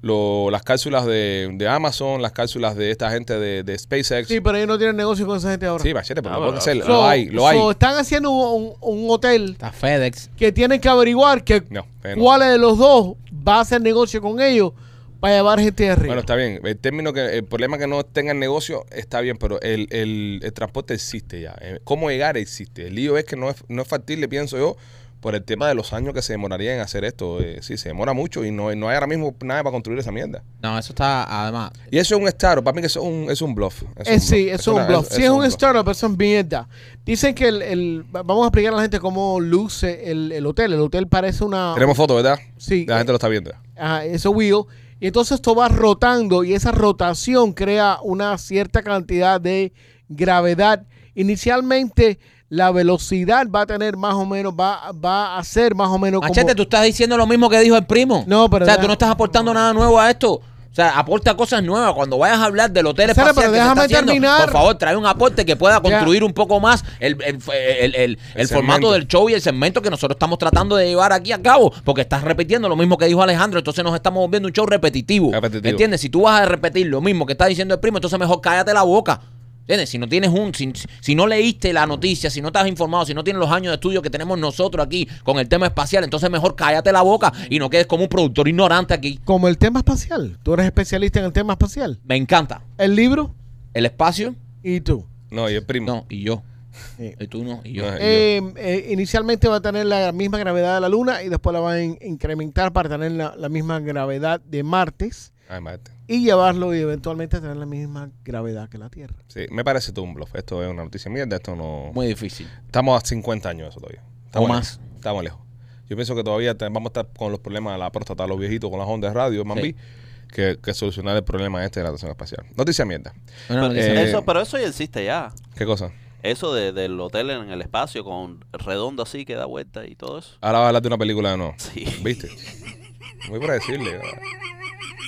A: los- las cápsulas de, de Amazon, las cápsulas de esta gente de, de SpaceX.
C: Sí, pero ellos no tienen negocio con esa gente ahora.
A: Sí, machete, pero
D: Ah,
A: lo
D: bueno.
A: pueden hacer.
C: So-
A: lo hay, lo hay.
C: so están haciendo un, un hotel
B: Está FedEx.
C: que tienen que averiguar que
A: No, eh, no.
C: cuál de los dos va a hacer negocio con ellos para llevar gente de arriba.
A: Bueno, está bien. El término que el problema que no tengan negocio está bien, pero el, el, el transporte existe ya. Eh, Cómo llegar existe. El lío es que no es, no es factible, pienso yo, por el tema de los años que se demoraría en hacer esto. Eh, sí, se demora mucho y no, no hay ahora mismo nada para construir esa mierda.
B: No, eso está además.
A: Y eso es un staro. Para mí que eso es un, es un bluff.
C: Eh, sí, eso es un
A: una-
C: bluff. Sí, es
A: eso
C: un startup, eso es mierda. Dicen que el, el- va- Vamos a explicar a la gente cómo luce el, el hotel. El hotel parece una...
A: Tenemos fotos, ¿verdad?
C: Sí.
A: La gente lo está viendo.
C: Ajá, eso wheel. Y entonces esto va rotando y esa rotación crea una cierta cantidad de gravedad. Inicialmente la velocidad va a tener más o menos, va, va a ser más o menos como...
B: Machete, tú estás diciendo lo mismo que dijo el primo.
C: No, pero
B: O sea,
C: deja-
B: tú no estás aportando nada nuevo a esto. O sea, aporta cosas nuevas. Cuando vayas a hablar del hotel
C: Sara,
B: espacial
C: pero
B: que se está
C: déjame
B: haciendo,
C: terminar.
B: por favor, trae un aporte que pueda construir un poco más el, el- el- el- el
A: El segmento.
B: formato del show y el segmento que nosotros estamos tratando de llevar aquí a cabo. Porque estás repitiendo lo mismo que dijo Alejandro. Entonces nos estamos volviendo un show repetitivo.
A: Repetitivo.
B: ¿Entiendes? Si tú vas a repetir lo mismo que está diciendo el primo, entonces mejor cállate la boca. ¿Entiendes? Si no tienes un, si, si no leíste la noticia, si no estás informado, si no tienes los años de estudio que tenemos nosotros aquí con el tema espacial, entonces mejor cállate la boca y no quedes como un productor ignorante aquí.
C: Como el tema espacial. Tú eres especialista en el tema espacial.
B: Me encanta.
C: El libro
B: El espacio,
C: y tú.
A: No, y el primo.
B: no, y yo.
C: Sí.
B: Y tú no, y yo.
A: No, y yo.
C: Eh, eh, inicialmente va a tener la misma gravedad de la Luna y después la va a in- incrementar para tener la, la misma gravedad de Martes
A: Ay, mate.
C: y llevarlo y eventualmente a tener la misma gravedad que la Tierra.
A: Sí, me parece todo un bluff. Esto es una noticia mierda. Esto no.
B: Muy difícil.
A: Estamos a 50 años de eso todavía. Estamos
B: O
A: lejos.
B: más.
A: Estamos lejos. Yo pienso que todavía te- vamos a estar con los problemas de la próstata, los viejitos, con las ondas de radio, Mambi,
B: Sí.
A: que, que solucionar el problema este de la estación espacial. Noticia mierda.
B: Una
D: Pues,
B: noticia.
A: eh,
D: eso, pero eso ya existe ya.
A: ¿Qué cosa?
D: Eso de- del hotel en el espacio con redondo así que da vuelta y todo eso.
A: Ahora vas a hablar de una película de nuevo.
D: Sí.
A: ¿Viste? Muy para decirle.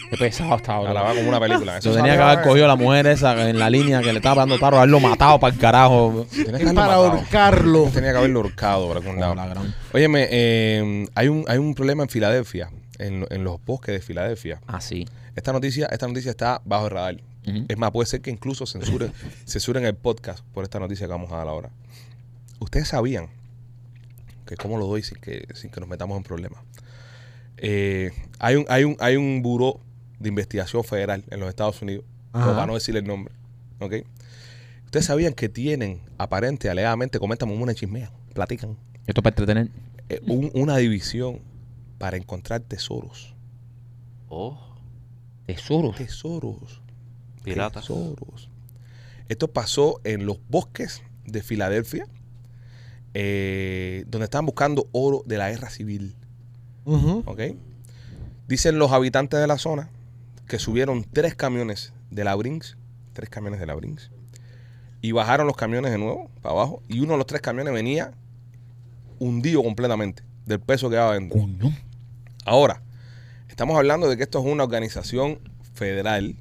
E: Qué pesado hasta
A: Ahora
E: ahora.
A: va como una película.
E: Yo
A: Eso
E: tenía que
A: sale-
E: haber cogido a la mujer esa en la línea que le estaba hablando Taro, haberlo matado para el carajo.
A: Tenía que
C: Y
A: haberlo
C: para
A: matado.
C: ahorcarlo.
A: Tenía que haberlo horcado por algún
E: No,
A: lado.
E: la gran-
A: Óyeme, eh, hay, un, hay un problema en Filadelfia, en, en los bosques de Filadelfia.
B: Ah, sí.
A: Esta noticia, esta noticia está bajo el radar.
B: Ujú.
A: Es más, puede ser que incluso censuren, censuren el podcast por esta noticia que vamos a dar ahora. Ustedes sabían que cómo lo doy sin que, sin que nos metamos en problemas. Eh, hay un, hay un, hay un buró de investigación federal en los Estados Unidos,
C: Ajá.
A: como para no decir el nombre. ¿ok? Ustedes sabían que tienen, aparente, alegadamente, coméntame una chismea, platican,
B: Esto para entretener.
A: eh, un- una división para encontrar tesoros.
D: Oh,
B: Tesoros.
A: Tesoros.
D: pirata.
A: Tesoros. Esto pasó en los bosques de Filadelfia, eh, donde estaban buscando oro de la guerra civil.
C: Ujú.
A: ¿ok? Dicen los habitantes de la zona que subieron tres camiones de la Brinks, tres camiones de la Brinks, y bajaron los camiones de nuevo para abajo, y uno de los tres camiones venía hundido completamente del peso que daba dentro. Ahora, estamos hablando de que esto es una organización federal,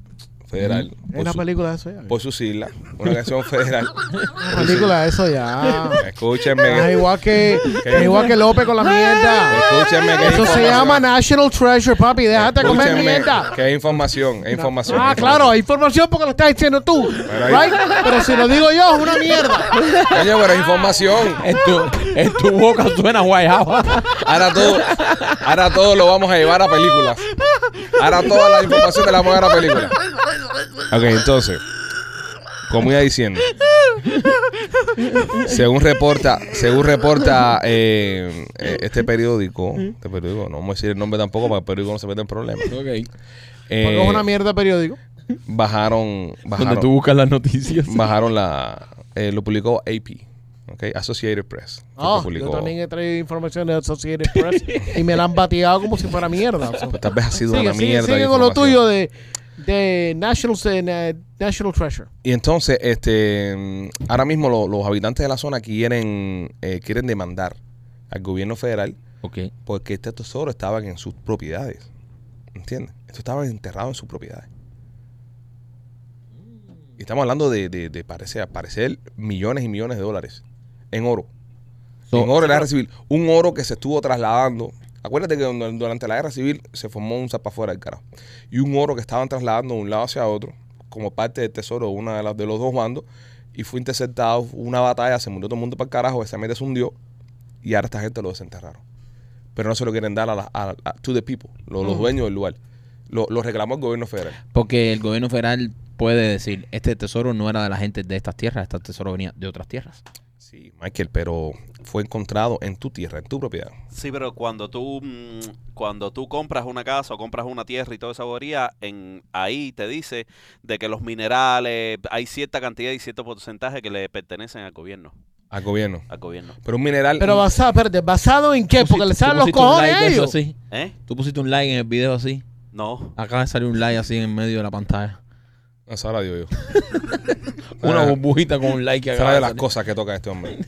A: federal
C: Es
A: por,
C: la
A: su-
C: película de eso ya.
A: por sus siglas. Una canción federal.
C: Una película de eso ya. Es
A: Escúchenme.
C: igual que,
A: ¿Qué?
C: es igual que López con la mierda.
A: Escúchenme. que hay
C: Eso se
A: información.
C: llama National Treasure, papi. Déjate comer
A: Escúchenme,
C: mierda.
A: Que hay información, hay información.
C: Ah,
A: hay información.
C: claro, hay información porque lo estás diciendo tú.
A: Pero ahí-
C: Right? Pero si lo digo yo, es una mierda.
A: Coño, pero es información.
E: En tu, en tu boca suena guayaba.
A: Ahora todo, ahora todo lo vamos a llevar a películas. Ahora toda la información te la vamos a llevar a películas. Ok, entonces, como iba diciendo, según reporta, según reporta eh, eh, este periódico, este periódico, no vamos a decir el nombre tampoco para que el periódico no se meta en problemas.
E: Ok.
A: Eh,
C: Porque es una mierda de periódico.
A: bajaron,
E: Donde
A: bajaron,
E: tú buscas las noticias.
A: bajaron la, eh, lo publicó AP, okay, Associated Press. fue que
C: Ah, yo
A: publicó.
C: también he traído información de Associated Press y me la han bateado como si fuera mierda. o sea.
A: Pues tal vez ha sido
C: Sigue,
A: una
C: sigue,
A: mierda. de
C: sigue con lo
A: información.
C: tuyo de, de National, eh, National Treasure.
A: Y entonces, este, mm, ahora mismo lo- los habitantes de la zona quieren, eh, quieren demandar al gobierno federal
E: Ok.
A: porque este tesoro estaba en sus propiedades. ¿Entiendes? Esto estaba enterrado en sus propiedades. Y estamos hablando de, de, de parece, parecer millones y millones de dólares en oro.
E: So-
A: en oro de la guerra civil. Un oro que se estuvo trasladando. Acuérdate que cuando- durante la guerra civil se formó un zapafuera del carajo. Y un oro que estaban trasladando de un lado hacia otro como parte del tesoro de uno de, las- de los dos bandos. Y fue interceptado, hubo una batalla, se murió todo el mundo para el carajo, esa mente se hundió. Y ahora esta gente lo desenterraron pero no se lo quieren dar a, la, a- a- to the people, lo- los dueños del lugar. Lo, lo reclamó el gobierno federal.
B: Porque el gobierno federal puede decir, este tesoro no era de la gente de estas tierras, este tesoro venía de otras tierras.
A: Sí, Michael, pero fue encontrado en tu tierra, en tu propiedad.
D: Sí, pero cuando tú mm, cuando tú compras una casa o compras una tierra y toda esa bobería, en ahí te dice de que los minerales, hay cierta cantidad y cierto porcentaje que le pertenecen al gobierno,
A: Al gobierno.
D: al gobierno.
A: Pero un mineral.
C: Pero basado, espérate, ¿basado en qué? Porque le salen los cojones a ellos.
E: Así.
D: ¿Eh?
E: Tú pusiste un like en el video así.
D: No.
E: Acaba de salir un like así en medio de la pantalla.
A: No, esa la digo yo.
E: Una
A: Ah.
E: burbujita con un like que
A: Esa es la
E: acaba
A: de las
E: salir.
A: cosas que toca este hombre.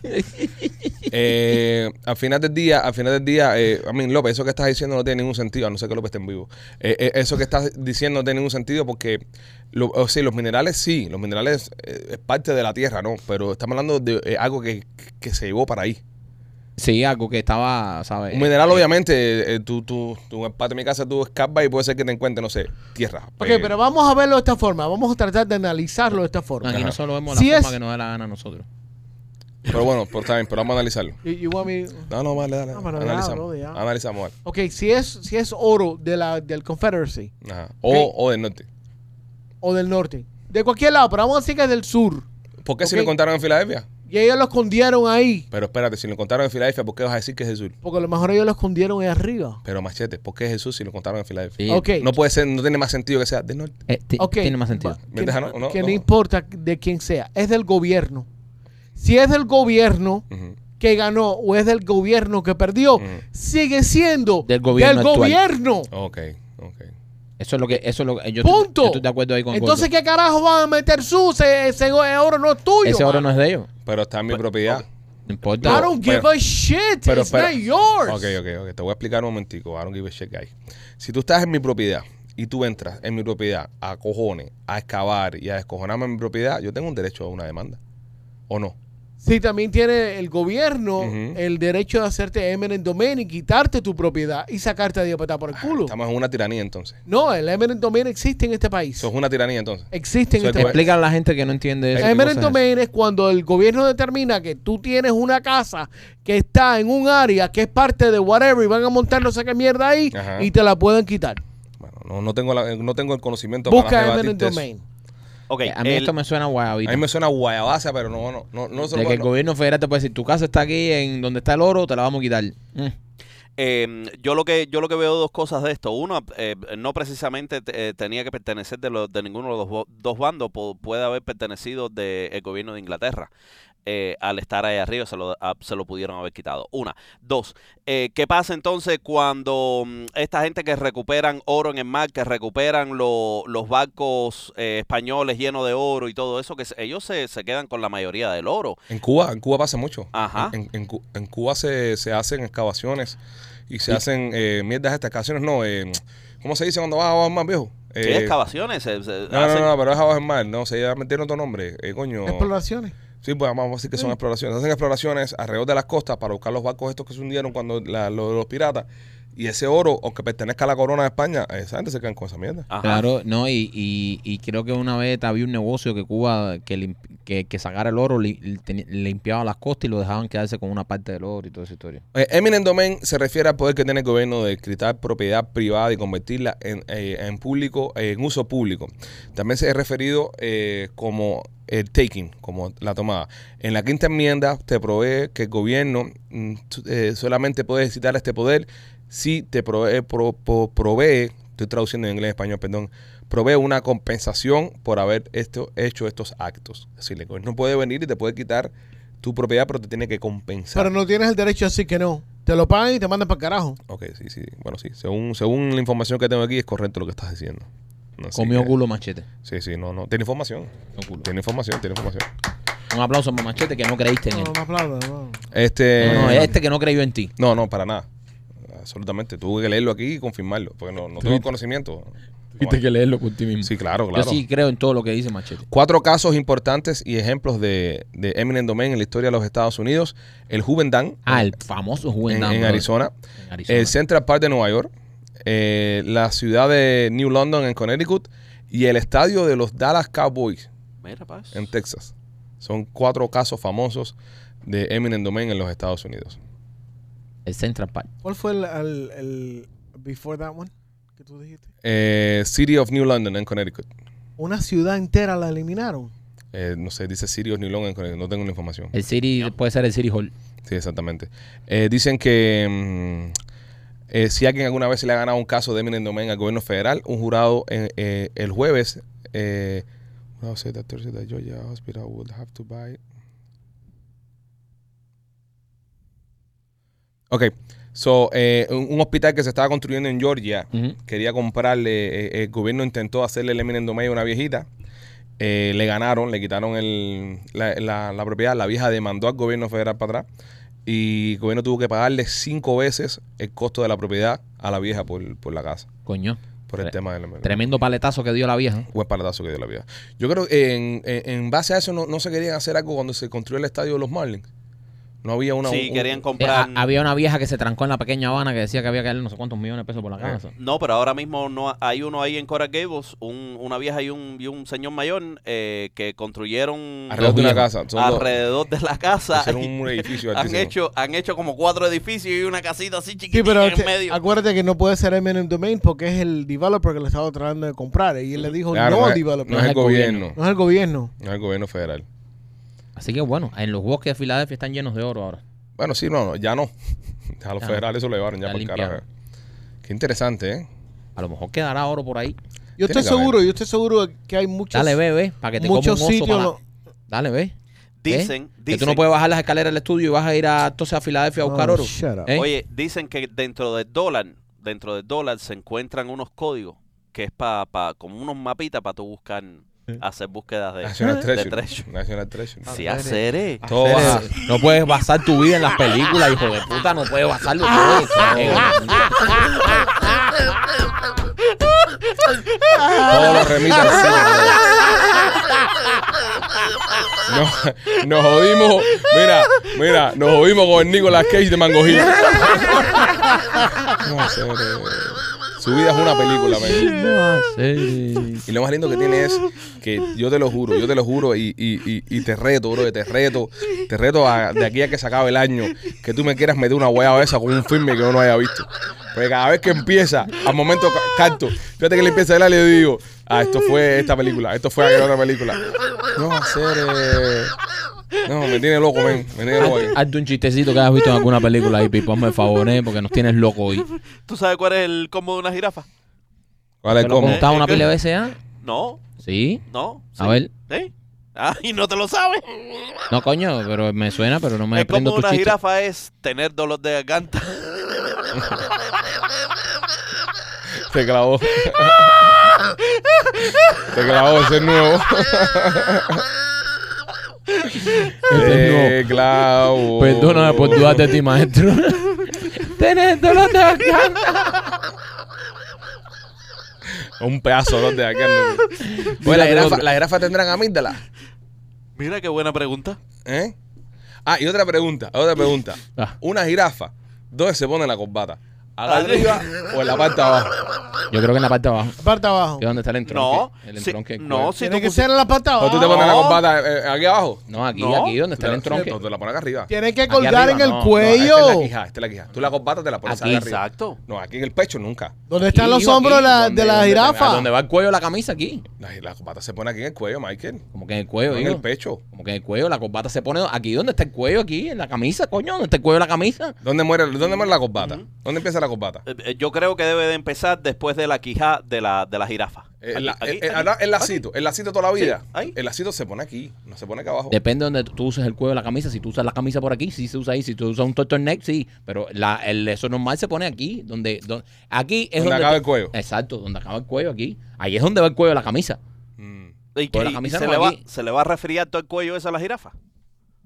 A: Eh, al final del día, al final del día, eh, a mí, López, eso que estás diciendo no tiene ningún sentido, a no ser que López esté en vivo. Eh, eh, eso que estás diciendo no tiene ningún sentido porque, lo- o sea, los minerales sí, los minerales eh, es parte de la tierra, ¿no? Pero estamos hablando de eh, algo que, que se llevó para ahí.
B: Sí, algo que estaba, ¿sabes?
A: Un mineral, obviamente, eh, tú, tú, tú, en parte de mi casa, tú escapas y puede ser que te encuentres, no sé, tierra.
C: Ok,
B: Pues,
A: Eh,
C: pero vamos a verlo de esta forma. Vamos a tratar de analizarlo de esta forma.
E: Aquí
A: Ajá.
E: nosotros vemos
C: Si
E: la
C: es-
E: forma que nos da la gana a nosotros.
A: pero bueno, pero está bien, pero vamos a analizarlo.
C: You- you want me-
A: No, no, vale, dale.
C: No, pero ya,
A: analizamos.
C: bro, ya.
A: Analizamos, vale.
C: Ok, si es, si es oro de la, del Confederacy
A: Ajá. O,
C: Ok.
A: o del norte.
C: o del norte, de cualquier lado, pero vamos a decir que es del sur.
A: ¿Por qué si
C: Ok.
A: lo encontraron en Filadelfia?
C: Y ellos lo escondieron ahí,
A: Pero espérate, si lo encontraron en Filadelfia, ¿por qué vas a decir que es Jesús?
C: porque a lo mejor ellos lo escondieron ahí arriba.
A: Pero machete, ¿por qué es Jesús si lo encontraron en Filadelfia?
B: Sí.
C: Ok,
A: No puede ser, no tiene más sentido que sea del norte.
B: Eh, ti-
C: ok.
B: Tiene más sentido.
C: Va,
A: ¿Me
C: Que,
A: deja, no? No,
C: que no
A: no.
C: importa de quién sea, es del gobierno. Si es del gobierno
A: Ujú.
C: que ganó o es del gobierno que perdió,
A: Mm.
C: sigue siendo
B: Del gobierno
C: del
B: actual.
C: gobierno.
A: Ok, ok.
B: Eso es lo que, eso es lo que, yo, Estoy,
C: Punto.
B: yo estoy de acuerdo ahí con
C: Entonces,
B: Gordo.
C: ¿qué carajo van a meter su? Ese, ese oro no es tuyo.
B: ese oro
C: mano.
B: no es de ellos.
A: Pero está en mi propiedad.
B: No importa.
C: I don't give
A: pero-
C: a shit.
A: pero-
C: Pues, It's
A: pero-
C: not yours.
A: Ok, ok, ok. Te voy a explicar un momentico. I don't give a shit, guy. Si tú estás en mi propiedad y tú entras en mi propiedad a cojones, a excavar y a descojonarme en mi propiedad, yo tengo un derecho a una demanda. ¿O no?
C: Sí, también tiene el gobierno
A: Ujú.
C: el derecho de hacerte eminent domain y quitarte tu propiedad y sacarte a diapatar
A: Ah,
C: por el culo.
A: Estamos en una tiranía entonces.
C: No, el eminent domain existe en este país.
A: Eso es una tiranía entonces.
C: existe en
A: Eso
C: este
A: es-
C: país.
B: Explica a la gente que no entiende eso. qué
C: Eminent
B: cosa es
C: domain es cuando el gobierno determina que tú tienes una casa que está en un área que es parte de whatever y van a montar no sé qué mierda ahí
A: Ajá.
C: y te la pueden quitar.
A: Bueno, no, no tengo, la- no tengo el conocimiento
C: Busca eminent
A: rebatirte eso.
C: domain.
D: Ok,
B: eso. Eh, A mí
D: el-
B: esto me suena
A: A
B: guayabito.
A: mí me suena guayabasa, pero no, no, no, no se lo
B: De que el
A: puedo-
B: gobierno federal te puede decir, tu casa está aquí en donde está el oro, te la vamos a quitar. Mm.
D: Eh, yo lo que yo lo que veo dos cosas de esto. Uno, eh, no precisamente te- eh, tenía que pertenecer de, los- de ninguno de los bo- dos bandos. po- puede haber pertenecido del gobierno de Inglaterra. Eh, al estar ahí arriba se lo, a- se lo pudieron haber quitado. Una. Dos. eh, ¿Qué pasa entonces cuando mm, esta gente que recuperan oro en el mar, que recuperan lo- los barcos eh, españoles llenos de oro y todo eso, que se- ellos se, se quedan con la mayoría del oro?
A: En Cuba, en Cuba pasa mucho.
D: Ajá.
A: En, en Cu- en Cuba se, se hacen excavaciones y se hacen eh, mierdas estas excavaciones, no, eh, ¿cómo se dice cuando vas a más viejo?
D: ¿Qué
A: Eh,
D: excavaciones? Se- se
A: No, no,
D: hacen-
A: no, pero es abajo en mar, no, se ya metieron otro nombre, eh, coño.
C: Exploraciones.
A: Sí, pues vamos a decir que
C: Mm.
A: son exploraciones. Hacen exploraciones alrededor de las costas para buscar los barcos estos que se hundieron cuando la- lo- los piratas. Y ese oro, aunque pertenezca a la corona de España, eh, esa gente se quedan con esa mierda.
D: Ajá.
B: Claro, no, y, y, y creo que una vez había un negocio que Cuba, que, lim- que, que sacara el oro, li- teni- limpiaba las costas y lo dejaban quedarse con una parte del oro y toda esa historia.
A: Eh, Eminent domain se refiere al poder que tiene el gobierno de quitar propiedad privada y convertirla en, eh, en público, eh, en uso público. También se ha referido eh, como el taking, como la tomada. En la quinta enmienda te provee que el gobierno mm, su- eh, solamente puede ejercitar este poder si te provee, pro- po- provee, estoy traduciendo en inglés y español, perdón, provee una compensación por haber esto, hecho estos actos. Es decir, el gobierno puede venir y te puede quitar tu propiedad, pero te tiene que compensar.
C: Pero no tienes el derecho a decir que no. Te lo pagan y te mandan para carajo.
A: Ok, sí, sí. Bueno, sí. Según, según la información que tengo aquí, es correcto lo que estás diciendo. Así
B: Comió
A: que-
B: culo machete.
A: Sí, sí, no, no. Tiene información.
B: Con culo.
A: Tiene información, tiene información.
B: Un aplauso a machete que no creíste en
C: No,
B: él.
C: no me aplaudas, no.
A: Este.
B: No, no, este que no creyó en ti.
A: No, no, para nada. Absolutamente. Tuve que leerlo aquí y confirmarlo. Porque no, no tengo el conocimiento.
E: Tuviste que leerlo por ti mismo.
A: Sí, claro, claro.
B: Yo sí creo en todo lo que dice machete.
A: Cuatro casos importantes y ejemplos de, de Eminent Domain en la historia de los Estados Unidos. El Juven Dan
B: Ah, el famoso
A: en-
B: Juven
A: en,
B: Dam, brother.
A: Arizona.
B: En Arizona.
A: El Central Park de Nueva York. eh, la ciudad de New London en Connecticut. Y el estadio de los Dallas Cowboys
D: Mira, pues. paz.
A: en Texas. Son cuatro casos famosos de Eminent Domain en los Estados Unidos.
B: El Central Park.
C: ¿Cuál fue el, el, el before that one que tú dijiste?
A: Eh, City of New London en Connecticut.
C: Una ciudad entera la eliminaron.
A: Eh, no sé, dice City of New London en Connecticut. No tengo la información.
B: El City puede ser el City Hall.
A: Sí, exactamente. Eh, dicen que mm, eh, si alguien alguna vez se le ha ganado un caso de Eminent Domain al gobierno federal, un jurado eh, eh, el jueves. eh, jurado said that Thursday the Georgia hospital would have to buy- Ok, so, eh, un un hospital que se estaba construyendo en Georgia
B: Ujú.
A: quería comprarle, eh, el gobierno intentó hacerle el eminent domain a una viejita, eh, le ganaron, le quitaron el- la, la- la propiedad, la vieja demandó al gobierno federal para atrás y el gobierno tuvo que pagarle cinco veces el costo de la propiedad a la vieja por, por la casa,
B: Coño.
A: por el
B: Tre-
A: tema del eminent
B: Tremendo paletazo que dio la vieja.
A: Buen paradazo que dio la vieja. Yo creo que en, en- en base a eso no, no se querían hacer algo cuando se construyó el estadio de los Marlins. No había una...
D: sí,
A: un-
D: querían
B: Eh,
D: comprar.
B: a- había una vieja que se trancó en la pequeña Habana que decía que había que darle no sé cuántos millones de pesos por la casa.
C: Eh.
D: No, pero ahora mismo no ha- hay uno ahí en Coral Gables, un- una vieja y un, y un señor mayor eh, que construyeron
A: Alrededor de una casa. Son dos-
D: alrededor de la casa.
A: hicieron un edificio
D: han
A: altísimo.
D: hecho han hecho como cuatro edificios y una casita así chiquitita
C: Sí, pero
D: en
C: este-
D: medio.
C: acuérdate que no puede ser Eminent Domain porque es el developer que le estaba tratando de comprar. Y él le dijo
A: Claro,
C: no
A: no,
C: al
A: es,
C: developer.
A: no es el gobierno.
C: No es el gobierno.
A: No es el gobierno federal.
B: Así que bueno, en los bosques de Filadelfia están llenos de oro ahora.
A: Bueno, sí, no, no, ya no. A los
B: Ya
A: federales eso lo llevaron ya
B: Ya
A: por el
B: limpiaron.
A: carajo. Qué interesante, ¿eh?
B: A lo mejor quedará oro por ahí.
C: Yo
A: Tiene
C: estoy
A: que haber.
C: seguro, yo estoy seguro que hay muchos,
B: Dale, ve, ve, para que te coma un
C: muchos
B: oso.
C: sitios.
B: para-
C: lo-
B: Dale, ve. ¿eh?
D: Dicen,
B: Que
D: dicen,
B: tú no puedes bajar las escaleras del estudio y vas a ir a, entonces a Filadelfia a buscar
C: Oh,
B: oro.
C: shut up.
B: ¿Eh?
D: oye, dicen que dentro del dólar, dentro del dólar se encuentran unos códigos que es para como unos mapitas para tú buscar hacer búsquedas de,
A: National
D: de
A: Treasure. Ah,
D: treasure.
A: National Treasure.
D: Sí, hacer, eh.
A: Todo baja.
B: No puedes basar tu vida en las películas, hijo de puta. No puedes basarlo todo.
C: Ah,
A: Todo lo remite al cine, bro. No, nos jodimos. Mira, mira, nos jodimos con el Nicolas Cage de Mangojito. No, sé, bro. Su vida es una película, man. Y lo más lindo que tiene es que yo te lo juro, yo te lo juro y, y- y- y te reto, bro, te reto, te reto a- de aquí a que se acabe el año, que tú me quieras meter una hueá esa con un filme que yo no haya visto. Porque cada vez que empieza, al momento ca- canto, fíjate que le empieza a hablar y yo digo, ah, esto fue esta película, esto fue aquella otra película. No, hacer... eh, No, me tiene loco, men, me tiene loco. eh.
B: Hazte un chistecito que has visto en alguna película ahí, Pipo. Hazme el favor, eh, porque nos tienes loco hoy.
D: ¿Tú sabes cuál es el combo de una jirafa?
A: ¿Cuál es
B: ¿Te lo he
A: cómo?
B: contado una pila de veces ya?
D: No,
B: Sí.
D: no.
B: A
D: sí,
B: ver.
D: ¿eh? Ah, y no te lo sabes.
B: No, coño, pero me suena, pero no me
D: el combo
B: aprendo
D: de
B: tu
D: una
B: chiste.
D: jirafa es tener dolor de garganta.
A: Te clavó. Te clavó, ese es nuevo.
E: Ese
A: Te clavó.
E: Perdóname por dudarte de ti, maestro.
B: Tenés dolor de garganta.
A: Un pedazo de olor de acá.
G: Mira,
A: Oye, la
G: de
A: jirafa,
G: otro.
A: ¿las jirafas tendrán amígdala.
D: Mira qué buena pregunta.
A: ¿Eh? Ah, y otra pregunta, otra pregunta.
B: Ah.
A: Una jirafa, ¿dónde se pone la corbata? ¿Acá arriba o en la parte de abajo?
B: Yo creo que en la parte de abajo.
C: Parte abajo.
B: ¿Qué es donde está el
D: No,
B: entronque? el
D: si-
B: entronque. del
D: no,
B: cuello.
D: si
C: Tiene
D: tú
C: que
D: pusi-
C: ser en la parte de
A: ¿O
C: abajo.
A: tú te pones la
D: No.
A: corbata eh, eh, aquí abajo?
B: No, aquí,
D: No.
B: aquí donde está el
A: Tú te la-
B: entronque.
A: Tú te la pones acá arriba.
C: Tiene que
B: Aquí
C: colgar
B: arriba,
C: en el
B: no, no,
A: No,
C: cuello.
A: esta es la quijada, esta es la quijada. Tú la corbata te la pones
B: Aquí,
A: acá arriba.
D: Exacto.
A: No, aquí en el pecho nunca.
C: ¿Dónde están
B: Aquí,
C: los
B: digo,
C: hombros
B: aquí,
C: la-
B: donde-
C: de la
B: donde- a
C: jirafa?
B: Donde va el cuello de la camisa aquí.
A: La, la corbata se pone aquí en el cuello, Michael.
B: Como que en el cuello,
A: No en
B: digo.
A: el pecho.
B: Como que en el cuello, la corbata se pone aquí. ¿Dónde está el cuello? Aquí, en la camisa, coño. ¿Dónde está el cuello de la camisa?
A: ¿Dónde muere, dónde muere la corbata? ¿Dónde empieza la corbata?
D: Eh, eh, Yo creo que debe de empezar después de la quijada de la, de la jirafa.
A: Eh,
D: Aquí,
A: la-
D: aquí,
A: eh, eh,
D: aquí.
A: habla- el lacito, el lacito toda la vida.
D: Sí, ahí.
A: El lacito se pone aquí, no se pone acá abajo.
B: Depende de donde tú uses el cuello de la camisa. Si tú usas la camisa por aquí, sí se usa ahí. Si tú usas un turtleneck, sí. Pero la, el, eso normal se pone aquí. Donde, donde- aquí es
A: Donde
B: donde,
A: acaba
B: te-
A: el cuello.
B: Exacto, donde acaba el cuello aquí. Ahí es donde va el cuello de la camisa.
A: Mm.
D: Y,
B: Pues la
D: y- y
B: camisa
D: se,
B: no,
D: le va,
B: aquí.
D: se le va a resfriar todo el cuello esa a la jirafa.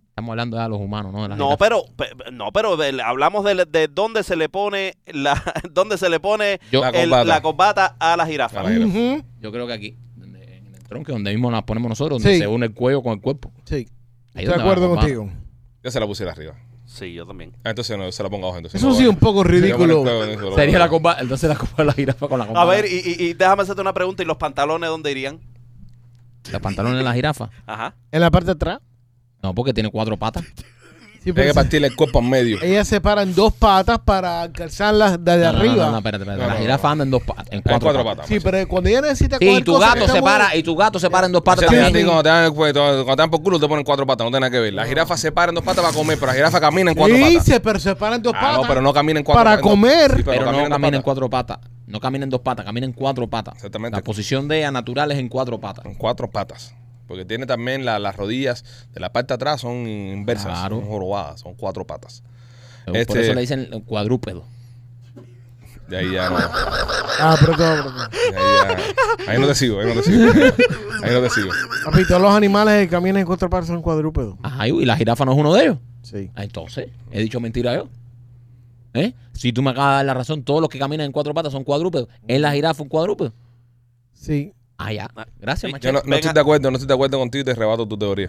B: Estamos hablando ya de los humanos, ¿no? De las
D: No,
B: jirafas.
D: pero pe- pe- no, pero del- hablamos de, de dónde se le pone la dónde se le pone
B: Yo-
A: La
D: el-
A: corbata.
D: la corbata a la jirafa.
A: A la jirafa.
C: Ujú.
B: Yo creo que aquí, donde- en el tronque, donde mismo la ponemos nosotros, donde
C: Sí.
B: se une el cuello con el cuerpo.
C: Sí,
B: Ahí
C: estoy
B: donde
C: de
B: va la
C: acuerdo
B: corbata.
C: contigo.
A: Yo se la puse arriba.
D: Sí, yo también.
A: Ah, Entonces no, se la pongo abajo. Entonces
C: Eso
A: no,
C: sí,
A: vale.
C: un
A: Se
C: poco
A: la pone el
C: ridículo.
A: cuello, no se lo
B: Sería
A: pone.
B: la copa, entonces la copa de la jirafa con la copa.
D: A ver, y, y- y déjame hacerte una pregunta, ¿y los pantalones dónde irían?
B: los pantalones de la jirafa.
D: Ajá.
C: En la parte de atrás.
B: No, porque tiene cuatro patas.
C: Sí,
A: Tiene
C: pero
A: que partirle el cuerpo en medio.
C: ellas se paran dos patas para calzarlas desde
B: No, no, no,
C: arriba.
B: no, no, espérate, espérate.
A: No,
B: la
A: no,
B: jirafa
A: no.
B: anda en dos patas. En
A: Hay
B: cuatro,
A: cuatro
B: patas.
A: patas.
C: Sí,
A: macho.
C: pero cuando ella necesita
B: Sí, y
C: Este coger
B: tu
C: cosas que
B: gato se
C: están
B: para,
C: muy-
B: y tu gato se para en dos
A: O
B: patas
A: sea, a ti
B: también.
A: cuando te, dan el cuello, cuando- cuando te dan por culo te ponen cuatro patas, no tiene nada que ver. La jirafa se para en dos patas para comer, pero la jirafa camina en cuatro
C: Sí,
A: patas.
C: se, pero se paran en dos
A: Ah,
C: patas.
A: no, pero no camina en cuatro
C: Para
A: patas. No.
C: comer.
A: Sí,
B: Pero, no
A: dos
B: camina en
A: patas.
B: cuatro patas. No camina en dos patas, camina en cuatro patas.
A: Exactamente.
B: La posición de ella natural es en cuatro patas.
A: Son cuatro patas. Porque tiene también la- las rodillas de la parte de atrás son inversas,
B: Claro.
A: son jorobadas, son cuatro patas.
B: Por
A: Este-
B: eso le dicen cuadrúpedo.
A: De ahí ya no. de
C: Ah, pero todo, pero todo.
A: ahí, ya- ahí no te sigo, ahí no te sigo. Ahí no te sigo.
C: Papi, todos los animales que caminan en cuatro patas son cuadrúpedos.
B: Ajá, y la jirafa no es uno de ellos.
C: Sí.
B: Ah, Entonces, he dicho mentira yo. ¿Eh? Si tú me acabas de dar la razón, todos los que caminan en cuatro patas son cuadrúpedos. ¿Es la jirafa un cuadrúpedo?
C: Sí.
B: Ah, ya. Gracias,
D: Sí,
A: Yo
B: machete.
A: no, no estoy
D: Venga.
A: de acuerdo, no estoy de acuerdo contigo y te rebato tu teoría.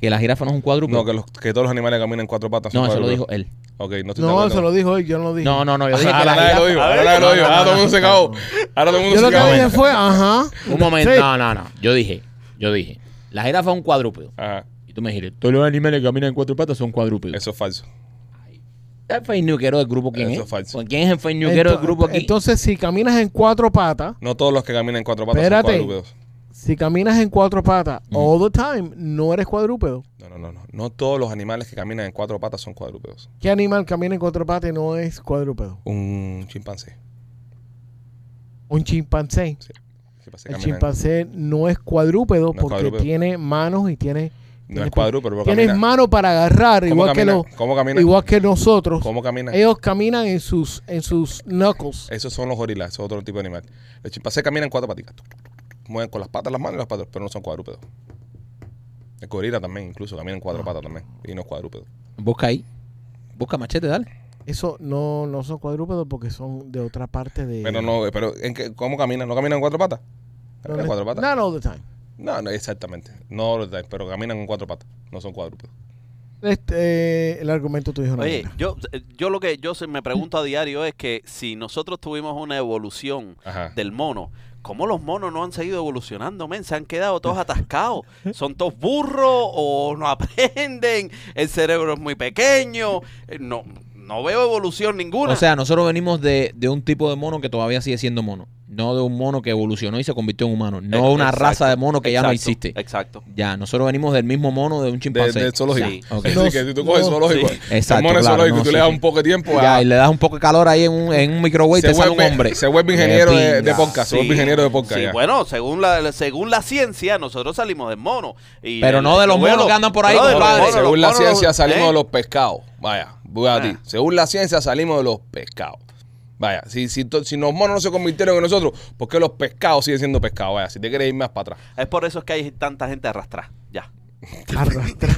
B: Que la jirafa no es un cuadrúpedo.
A: No, que, los, que todos los animales que caminan en cuatro patas son
B: No, eso lo
A: cuadrúpedos.
B: dijo él.
A: Ok, no estoy de
C: No,
A: acuerdo.
C: se lo dijo él, yo no lo dije.
B: No, no, no. Yo dije que
A: Ahora
B: la
A: nadie Ah, lo
B: jirafa...
A: dijo, ahora nadie lo dijo. Ahora todo el mundo se cagó. Ahora todo el mundo
C: Yo lo
A: se
C: que dije
A: cagó.
C: fue, ajá.
B: Un momento.
C: Sí.
B: No, no, no. Yo dije, yo dije. La jirafa es un cuadrúpedo.
A: Ajá,
B: Y tú me dijiste, todos los animales que caminan en cuatro patas son cuadrúpedos.
A: eso es falso.
B: ¿El fake newsero del grupo quién
A: Eso
B: es?
A: es falso.
B: ¿Con ¿Quién es el fake newsero del
C: Ento-
B: grupo aquí?
C: Entonces, si caminas en cuatro patas,
A: No todos los que caminan en cuatro patas
C: Espérate.
A: son cuadrúpedos.
C: si caminas en cuatro patas
B: Mm.
C: all the time, no eres cuadrúpedo.
A: No, no, no, no. No todos los animales que caminan en cuatro patas son cuadrúpedos.
C: ¿Qué animal camina en cuatro patas y no es cuadrúpedo?
A: Un chimpancé.
C: Un chimpancé.
A: Chimpancé
C: El
A: camina en-
C: chimpancé no es cuadrúpedo
A: es
C: porque
A: cuadrúpedo.
C: tiene manos y tiene...
A: No
C: tiene
A: es cuadrúpedo, pero
C: Tienes
A: camina.
C: mano para agarrar,
A: ¿Cómo
C: igual que,
A: camina?
C: los,
A: ¿Cómo camina?
C: igual que nosotros.
A: ¿Cómo camina?
C: Ellos caminan en sus, en sus knuckles.
A: Esos son los gorilas, eso es otro tipo de animal. Los chimpancés caminan en cuatro patitas. Tuc, tuc, tuc, tuc. Mueven con las patas, las manos y las patas, pero no son cuadrúpedos. El gorila también, incluso, camina en
B: Ah.
A: cuatro patas también. Y no es cuadrúpedo.
B: Busca ahí. Busca machete, dale.
C: Eso no, no son cuadrúpedos porque son de otra parte de...
A: Pero no, eh, pero ¿en qué- ¿cómo caminan? ¿No caminan en cuatro patas?
C: no
A: ¿Caminan en cuatro patas?
C: Not all the time.
A: No, no, exactamente. No, verdad, pero caminan en cuatro patas. No son cuadrúpedos.
C: Este, eh, el argumento tuyo no
D: Oye,
C: viene.
D: yo yo lo que yo se- me pregunto a diario es que si nosotros tuvimos una evolución
A: Ajá.
D: del mono. ¿Cómo los monos no han seguido evolucionando, men? Se han quedado todos atascados. ¿Son todos burros o no aprenden? ¿El cerebro es muy pequeño? Eh, No, no veo evolución ninguna.
B: O sea, nosotros venimos de, de un tipo de mono que todavía sigue siendo mono. No de un mono que evolucionó y se convirtió en humano. No
D: Eh,
B: una
D: exacto,
B: raza de mono que ya no
D: exacto,
B: existe.
D: Exacto.
B: Ya, nosotros venimos del mismo mono de un
A: De,
B: chimpancé.
A: del zoológico.
D: Sí.
B: Ok.
A: Así
C: No,
A: que si tú coges
C: no.
A: zoológico,
D: Sí.
B: Exacto,
A: te pones
B: claro,
A: zoológico y
B: no,
A: tú
B: sí,
A: le das
B: sí.
A: un poco de tiempo a-
B: Ya, y le das un poco de calor ahí en un, en un microwave y
A: se
B: te sale
A: vuelve-
B: un hombre.
A: Se vuelve ingeniero de, de
B: pinga.
A: Ah, podcast. Se vuelve ingeniero de podcast.
D: Sí,
A: ya.
D: bueno, según la, según la ciencia, nosotros salimos del mono. y
B: Pero
D: el-
B: no de los
D: yo veo
B: monos que andan por ahí,
D: no, de los
B: compadre.
D: monos, los
A: Según la
D: monos,
A: ciencia
D: los-
A: salimos
D: ¿eh?
A: de los pescados. Vaya, voy a ti.
D: Ah.
A: Según la ciencia salimos de los pescados. Vaya, si, si, to- si los monos no se convirtieron en nosotros, ¿por qué los pescados siguen siendo pescados? Vaya, si te quieres ir más para atrás.
D: Es por eso es que hay tanta gente arrastrada. Ya.
C: Arrastrar.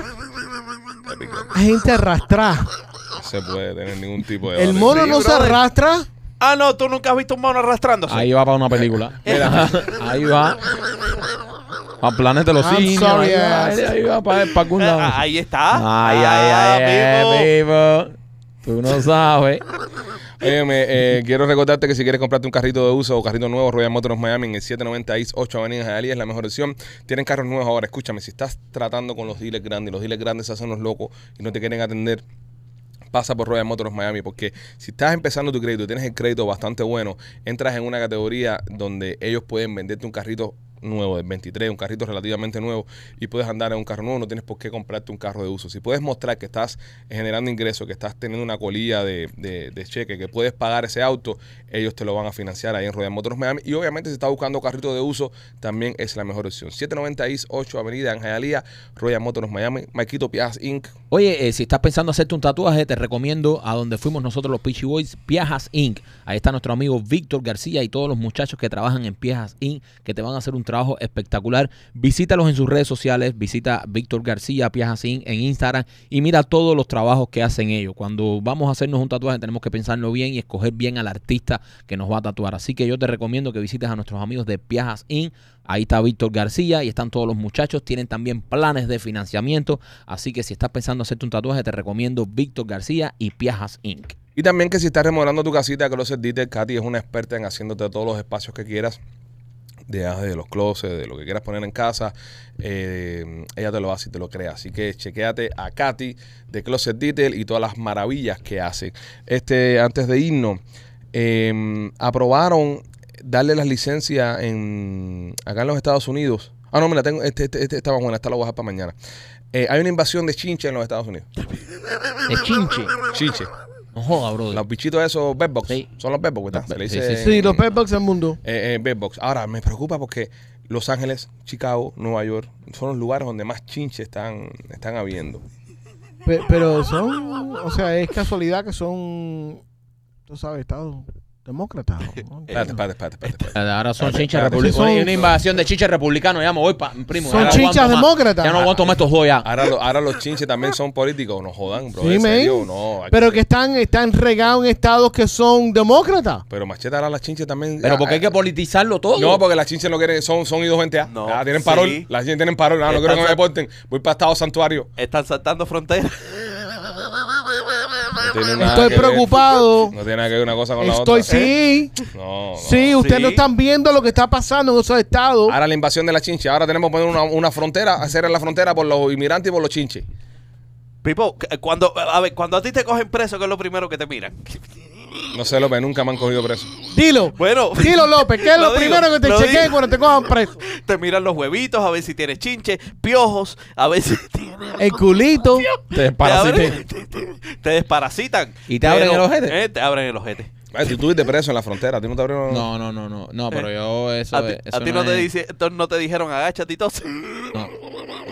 C: Hay gente arrastrar.
A: No se puede tener ningún tipo de...
C: El
A: debate.
C: mono
D: Sí,
C: no se
D: brother.
C: arrastra.
D: Ah, no, tú nunca has visto un mono arrastrándose. Eh,
E: Ahí va para una película. ahí va. Para Planeta de los
C: I'm
E: Simios.
C: sorry,
E: ahí, va,
C: yes.
E: ahí va para, para algún
D: Eh,
E: lado.
D: ah, ahí está.
E: Ay,
D: Ah,
E: ay, ay,
D: vivo.
E: vivo. Tú no sabes.
A: Óyeme, eh, quiero recordarte que si quieres comprarte un carrito de uso o carrito nuevo, Royal Motors Miami en el 790 East 8 Avenida Hialeah es la mejor opción. Tienen carros nuevos ahora. Escúchame, si estás tratando con los dealers grandes, los dealers grandes se hacen los locos y no te quieren atender, pasa por Royal Motors Miami porque si estás empezando tu crédito y tienes el crédito bastante bueno, entras en una categoría donde ellos pueden venderte un carrito nuevo del 23, un carrito relativamente nuevo y puedes andar en un carro nuevo, no tienes por qué comprarte un carro de uso. Si puedes mostrar que estás generando ingresos, que estás teniendo una colilla de, de- de cheque, que puedes pagar ese auto, ellos te lo van a financiar ahí en Royal Motors Miami y obviamente si estás buscando carrito de uso, también es la mejor opción. 790 East 8 Avenida en Hialeah, Royal Motors Miami, Maquito Piaz Inc.
B: Oye, eh, si estás pensando hacerte un tatuaje, te recomiendo a donde fuimos nosotros los Peachy Boys, Piajas Inc. Ahí está nuestro amigo Víctor García y todos los muchachos que trabajan en Piajas Inc. que te van a hacer un trabajo espectacular. Visítalos en sus redes sociales, visita Víctor García Piajas Inc. en Instagram y mira todos los trabajos que hacen ellos. Cuando vamos a hacernos un tatuaje tenemos que pensarlo bien y escoger bien al artista que nos va a tatuar. Así que yo te recomiendo que visites a nuestros amigos de Piajas Inc. Ahí está Víctor García y están todos los muchachos. Tienen también planes de financiamiento. Así que si estás pensando hacerte un tatuaje, te recomiendo Víctor García y Piajas Inc.
A: Y también que si estás remodelando tu casita, Closet Dieter, Katy es una experta en haciéndote todos los espacios que quieras. De, ah, de los closets, de lo que quieras poner en casa, eh, ella te lo hace y te lo crea. Así que chequéate a Katy de Closet Detail y todas las maravillas que hace. Este, antes de irnos, eh, aprobaron darle las licencias en, acá en los Estados Unidos. Ah, no, me la tengo, este, este, este estaba buena, esta la voy a dejar para mañana. Eh, hay una invasión de chinche en los Estados Unidos.
B: Es chinche.
A: Chinche.
B: No joda, brother.
A: Los bichitos esos, bedbugs.
B: Sí.
A: Son los bedbugs, ¿verdad? Se le
B: Sí,
A: dice,
B: sí,
C: Sí, los Pet Bucks del mundo.
A: eh, eh, bedbugs. Ahora, me preocupa porque Los Ángeles, Chicago, Nueva York son los lugares donde más chinches están, están habiendo.
C: Pe- pero son, o sea, es casualidad que son, tú sabes, estados demócratas. ¿no?
A: Espérate, espérate, espérate. espérate, espérate.
B: Ahora son chinches
A: espérate.
B: republicanos.
C: Sí, son-
B: una invasión de chinches republicanos. Ya me voy para primo.
C: Son
B: ya no
C: chinchas
B: aguanto más.
C: demócratas.
B: Ya no aguanto más estos dos ya.
A: Ahora, lo- ahora los chinches también son políticos. No jodan, bro.
C: Sí,
A: ¿En
C: man.
A: serio? No, hay
C: Pero que están, están regados en estados que son demócratas.
A: Pero machete ahora las chinches también.
B: Pero
A: ah,
B: porque hay que politizarlo todo.
A: No, porque las chinches no quieren, son, son I220A.
D: No,
A: ah, tienen
D: sí.
A: parol. Las chinches tienen parol. Ah, no quiero que me
D: Están-
A: deporten. Voy para Estado Santuario.
D: Están saltando fronteras.
A: No tiene nada
C: Estoy
A: que ver.
C: preocupado.
A: No tiene nada que ver una cosa con la otra. ¿eh?
C: Estoy, sí,
A: No, Ah, no.
C: sí, ustedes
D: Sí.
C: no están viendo lo que está pasando en esos estados.
A: Ahora la invasión de la chinche. Ahora tenemos que poner una, una frontera, hacer la frontera por los inmigrantes y por los chinches.
D: Pipo, c- cuando, a ver, cuando a ti te cogen preso, ¿qué es lo primero que te miran?
A: No sé, López, nunca me han cogido preso.
C: Dilo,
D: Bueno,
C: dilo López, ¿qué es lo,
D: Lo digo,
C: primero que te
D: lo
C: chequeen
D: digo.
C: cuando te cojan preso?
D: te miran los huevitos, a ver si tienes chinche, piojos, a ver si tienes...
C: El culito.
E: Te
D: Te,
E: parasité.
D: abren- te- te- te desparasitan.
B: ¿Y te abren
D: Pero,
B: el ojete?
D: eh, te abren el ojete.
A: Ay, tú estuviste preso en la frontera. ¿A ti no te abrieron?
E: No, no, no, no. No, pero yo eso.
D: eh, A ti,
E: eso
D: a ti no, te,
E: es-
D: dice, to- no te dijeron agáchate y tos.
E: No.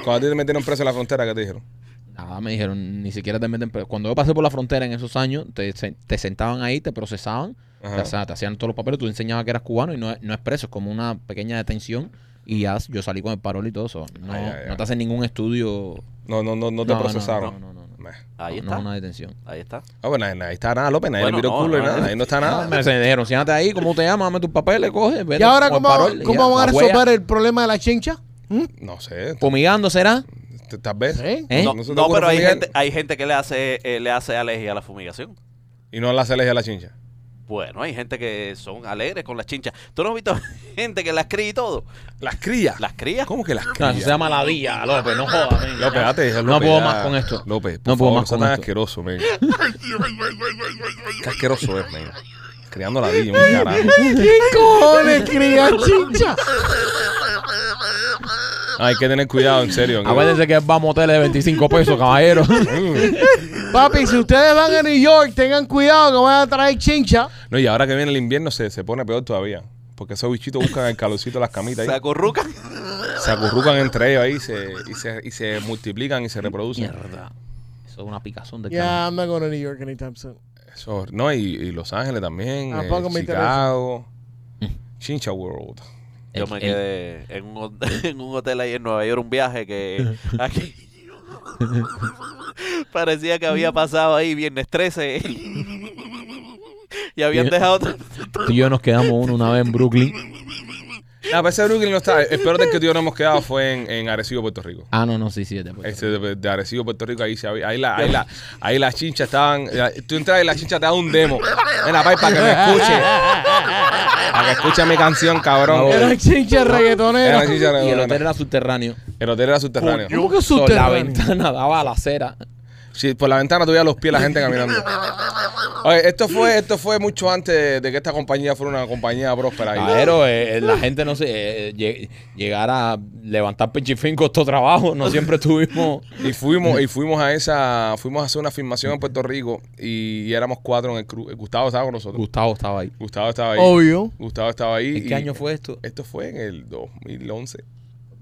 A: Cuando a ti te metieron preso en la frontera, ¿qué te dijeron?
E: Nada, me dijeron, ni siquiera te meten. preso. Cuando yo pasé por la frontera en esos años, te, se- te sentaban ahí, te procesaban, te,
A: Ajá.
E: hacían- te hacían todos los papeles, tú enseñabas que eras cubano y no, es- no es preso, es como una pequeña detención. Y ya yo salí con el parol y todo eso. No,
A: Ay, ay,
E: no
A: ay.
E: te hacen ningún estudio.
A: No, no, no, no te
E: No, no,
A: procesaron.
E: no, no, no,
A: Meh.
D: Ahí
E: no,
D: está.
E: No es una detención.
D: Ahí está.
A: Ah, bueno, ahí ahí está nada, López. Nadie
D: Bueno,
A: le miró
D: no,
A: el culo y
D: no,
A: nada.
D: no.
A: Ahí no está
E: Ah,
A: nada.
E: me se dijeron, siéntate ahí, ¿cómo te llamas? Dame tus papeles, coge.
C: ¿Y ahora cómo, cómo van a resolver
E: el...
C: el problema de la chincha? ¿Mm?
A: No sé, t-
E: Fumigando será.
A: t- tal vez.
C: ¿Eh?
E: ¿Eh?
D: No,
A: ¿No se te
D: no,
A: ocurre
D: pero hay
A: fumigar?
D: gente, hay gente que le hace, eh, le hace alergia a la fumigación.
A: Y no la hace elegir a la chincha.
D: Bueno, hay gente que son alegres con las chinchas. ¿Tú no has visto gente que las cría y todo?
A: Las crías.
D: Las cría.
A: ¿Cómo que las
E: No, eso
A: crías?
E: se llama la villa, López, no jodas. men.
A: López, date, dije,
E: No
A: López,
E: puedo
A: ya.
E: más con esto.
A: López,
E: No
A: por
E: puedo más
A: favor, no seas
E: con
A: tan
E: esto.
A: asqueroso, men. Qué asqueroso es, men. Criando la villa, un carajo.
C: ¿Qué cojones cría chincha?
A: Hay que tener cuidado, en serio.
E: A veces que va a moteles de 25 pesos, caballero.
A: Mm.
C: Papi, si ustedes van a New York, tengan cuidado que van a traer chincha.
A: No, y ahora que viene el invierno se, se pone peor todavía. Porque esos bichitos buscan el calorcito de las camitas
D: Se
A: ahí.
D: acurrucan.
A: Se acurrucan entre ellos ahí se- y, se, y se multiplican y se reproducen.
E: Mierda. Eso es una picazón de
C: Yeah, I'm not going to New York anytime soon.
A: Eso- no, y, y Los Ángeles también. eh,
C: Tampoco Ah, me interesa.
A: Chicago. Chincha World.
D: Yo
E: El-
D: me
E: el-
D: quedé en un, hot- en un hotel ahí en Nueva York, un viaje que aquí parecía que había pasado ahí viernes 13. Y y habían
H: Bien.
D: dejado otro.
H: Tú y yo nos quedamos uno una vez en Brooklyn.
A: A pesar de Ah, Brooklyn no está. El peor del que tú y yo no hemos quedado fue en, en Arecibo, Puerto Rico.
H: Ah, no, no, sí, sí, es de Puerto
A: Este de, de Arecibo, Puerto Rico, ahí, se había- ahí, la, ahí, la, ahí las chinchas estaban. la- tú entras y la chincha te da un demo. Mira, pai, para que me escuche. Para que escuche mi canción, cabrón.
C: Era el chinche
A: Era la
C: reggaetonero.
A: chincha
H: Rico. Y el
A: reggaetonera.
H: hotel era subterráneo.
A: El hotel era subterráneo.
C: ¿Cómo que
H: So, la
C: subterráneo?
H: ventana daba a la acera.
A: Sí, por la ventana tuviera los pies la gente caminando. Oye, esto fue, esto fue mucho antes de, de que esta compañía fuera una compañía próspera. Y-
B: Pero eh, la gente no sé, eh, lle- llegar a levantar pinchifín costó trabajo, no siempre estuvimos.
A: Y fuimos, y fuimos a esa, fuimos a hacer una filmación en Puerto Rico y, y éramos cuatro en el crew. Gustavo estaba con nosotros.
B: Gustavo estaba ahí.
A: Gustavo estaba ahí.
C: Obvio.
A: Gustavo estaba ahí.
B: ¿En
A: y-
B: qué año fue esto?
A: Esto fue en el 2011.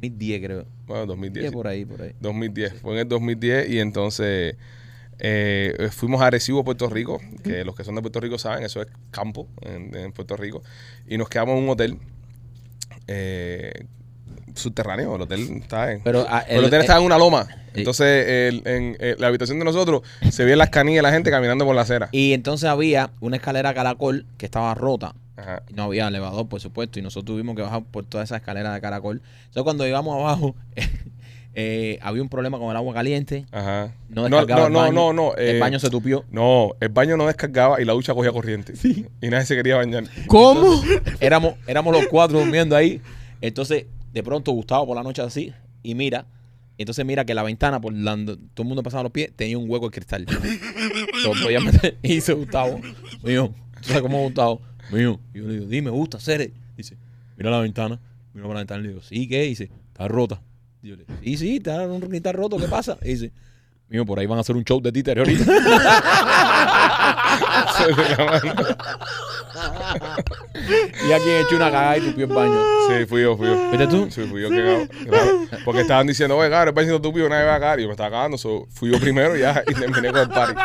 B: 2010 creo.
A: Bueno, 2010.
B: 10 por ahí, por ahí.
A: 2010. Fue en el 2010 y entonces eh, fuimos a Arecibo, Puerto Rico, que los que son de Puerto Rico saben, eso es campo en, en Puerto Rico, y nos quedamos en un hotel eh, subterráneo, el hotel está en...
B: Pero ah,
A: el,
B: el-
A: hotel
B: eh,
A: estaba en una loma.
B: y-
A: Entonces, el- en eh, la habitación de nosotros se veían las canillas de la gente caminando por la acera.
B: y entonces había una escalera caracol que estaba rota.
A: Ajá.
B: Y No había elevador, por supuesto, y nosotros tuvimos que bajar por toda esa escalera de caracol. Entonces, cuando íbamos abajo, eh, había un problema con el agua caliente.
A: Ajá.
B: No
A: no,
B: descargaba
A: no,
B: el
A: no,
B: baño.
A: no, no, eh,
B: el baño se tupió.
A: No, el baño no descargaba y la ducha cogía corriente. Y nadie se quería bañar.
C: ¿Cómo?
B: Éramos, éramos los cuatro durmiendo ahí. Entonces, de pronto, Gustavo por la noche así, y mira. Entonces mira que la ventana, por donde todo el mundo pasaba los pies, tenía un hueco de cristal. Lo podía meter. Y dice Gustavo, mío, ¿tú sabes cómo es Gustavo? Mío. Y yo le digo, dime, gusta hacer. eh?". Dice, mira la ventana. Mira por la ventana. Y le digo, ¿sí qué? Y dice, está rota. Y yo le digo, y sí, está, está roto, ¿qué pasa? Y dice, mío, por ahí van a hacer un show de títeres ahorita. y aquí he hecho una cagada y tu pie en baño.
A: Sí, fui yo, fui yo.
B: ¿Viste tú?
A: Sí, fui yo que cago. Claro. Porque estaban diciendo, oye, cabrón, el pañito tupido, nadie va a cagar. Y yo me estaba cagando, so, fui yo primero y ya, y terminé con el party.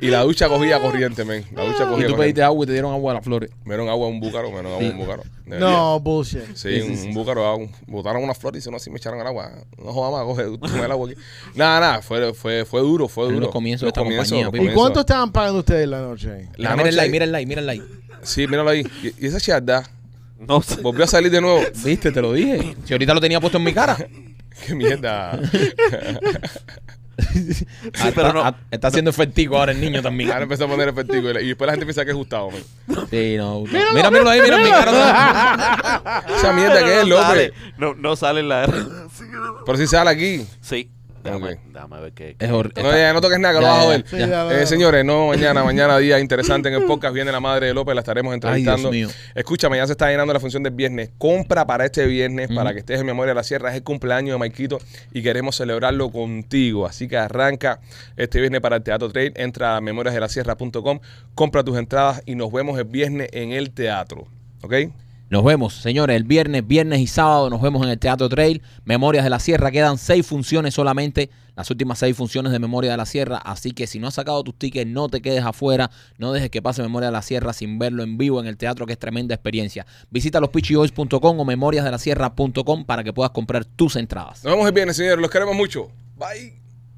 A: Y la ducha cogía corriente, men. La ducha
B: Y
A: cogía
B: tú
A: corriente.
B: pediste agua y te dieron agua a las flores.
A: Me dieron agua a un búcaro, me dieron agua a un búcaro. De verdad.
C: No, bullshit.
A: Sí, un, un búcaro, ah, un- botaron una flor y si no, así me echaron el agua. No jodas más, coge, toma el agua aquí. Nada, nada, fue, fue, fue duro, fue
B: Eran
A: duro.
B: los comienzos de esta compañía,
A: los
B: Pipo.
C: ¿Y
A: comienzos.
C: cuánto estaban pagando ustedes la noche?
A: La noche-
B: Mira, mírenla ahí, mírenla ahí, mírenla ahí.
A: Sí, míralo ahí. Y, y esa chiarda
D: No sé.
A: volvió a salir de nuevo.
B: Viste, te lo dije. Si ahorita lo tenía puesto en mi cara.
A: ¡Qué mierda!
D: Sí, pero no.
B: Ah, Está haciendo efectivo ahora el niño también.
A: Ahora empezó a poner efectivo y, la- y después la gente piensa que es Gustavo. men.
B: Sí, no. Mira, míralo ahí, mira mi cara.
A: Esa mierda que es,
D: Ah, no sale.
A: López.
D: No, no sale en la R.
A: Pero si sale aquí.
D: Sí. Déjame,
A: Ok.
D: déjame ver qué.
B: Es horrible.
A: No, ya, no toques nada, que lo
B: Ya,
A: vas a
B: ya,
A: joder.
C: ya. Sí, ya,
A: Eh,
C: ya.
A: señores, no, mañana, mañana día interesante en el podcast. Viene la madre de López, la estaremos entrevistando.
B: Dios mío.
A: Escúchame, ya se está llenando la función del viernes. Compra para este viernes, para que estés en Memoria de la Sierra. Es el cumpleaños de Maikito y queremos celebrarlo contigo. Así que arranca este viernes para el Teatro Trail. Entra a memoriasdelasierra.com, compra tus entradas y nos vemos el viernes en el teatro. ¿Ok?
B: Nos vemos, señores, el viernes, viernes y sábado nos vemos en el Teatro Trail. Memorias de la Sierra, quedan seis funciones solamente, las últimas seis funciones de Memoria de la Sierra. Así que si no has sacado tus tickets, no te quedes afuera, no dejes que pase Memoria de la Sierra sin verlo en vivo en el teatro, que es tremenda experiencia. Visita lospitchyboys.com o memoriasdelasierra.com para que puedas comprar tus entradas.
A: Nos vemos el viernes, señores. Los queremos mucho. Bye.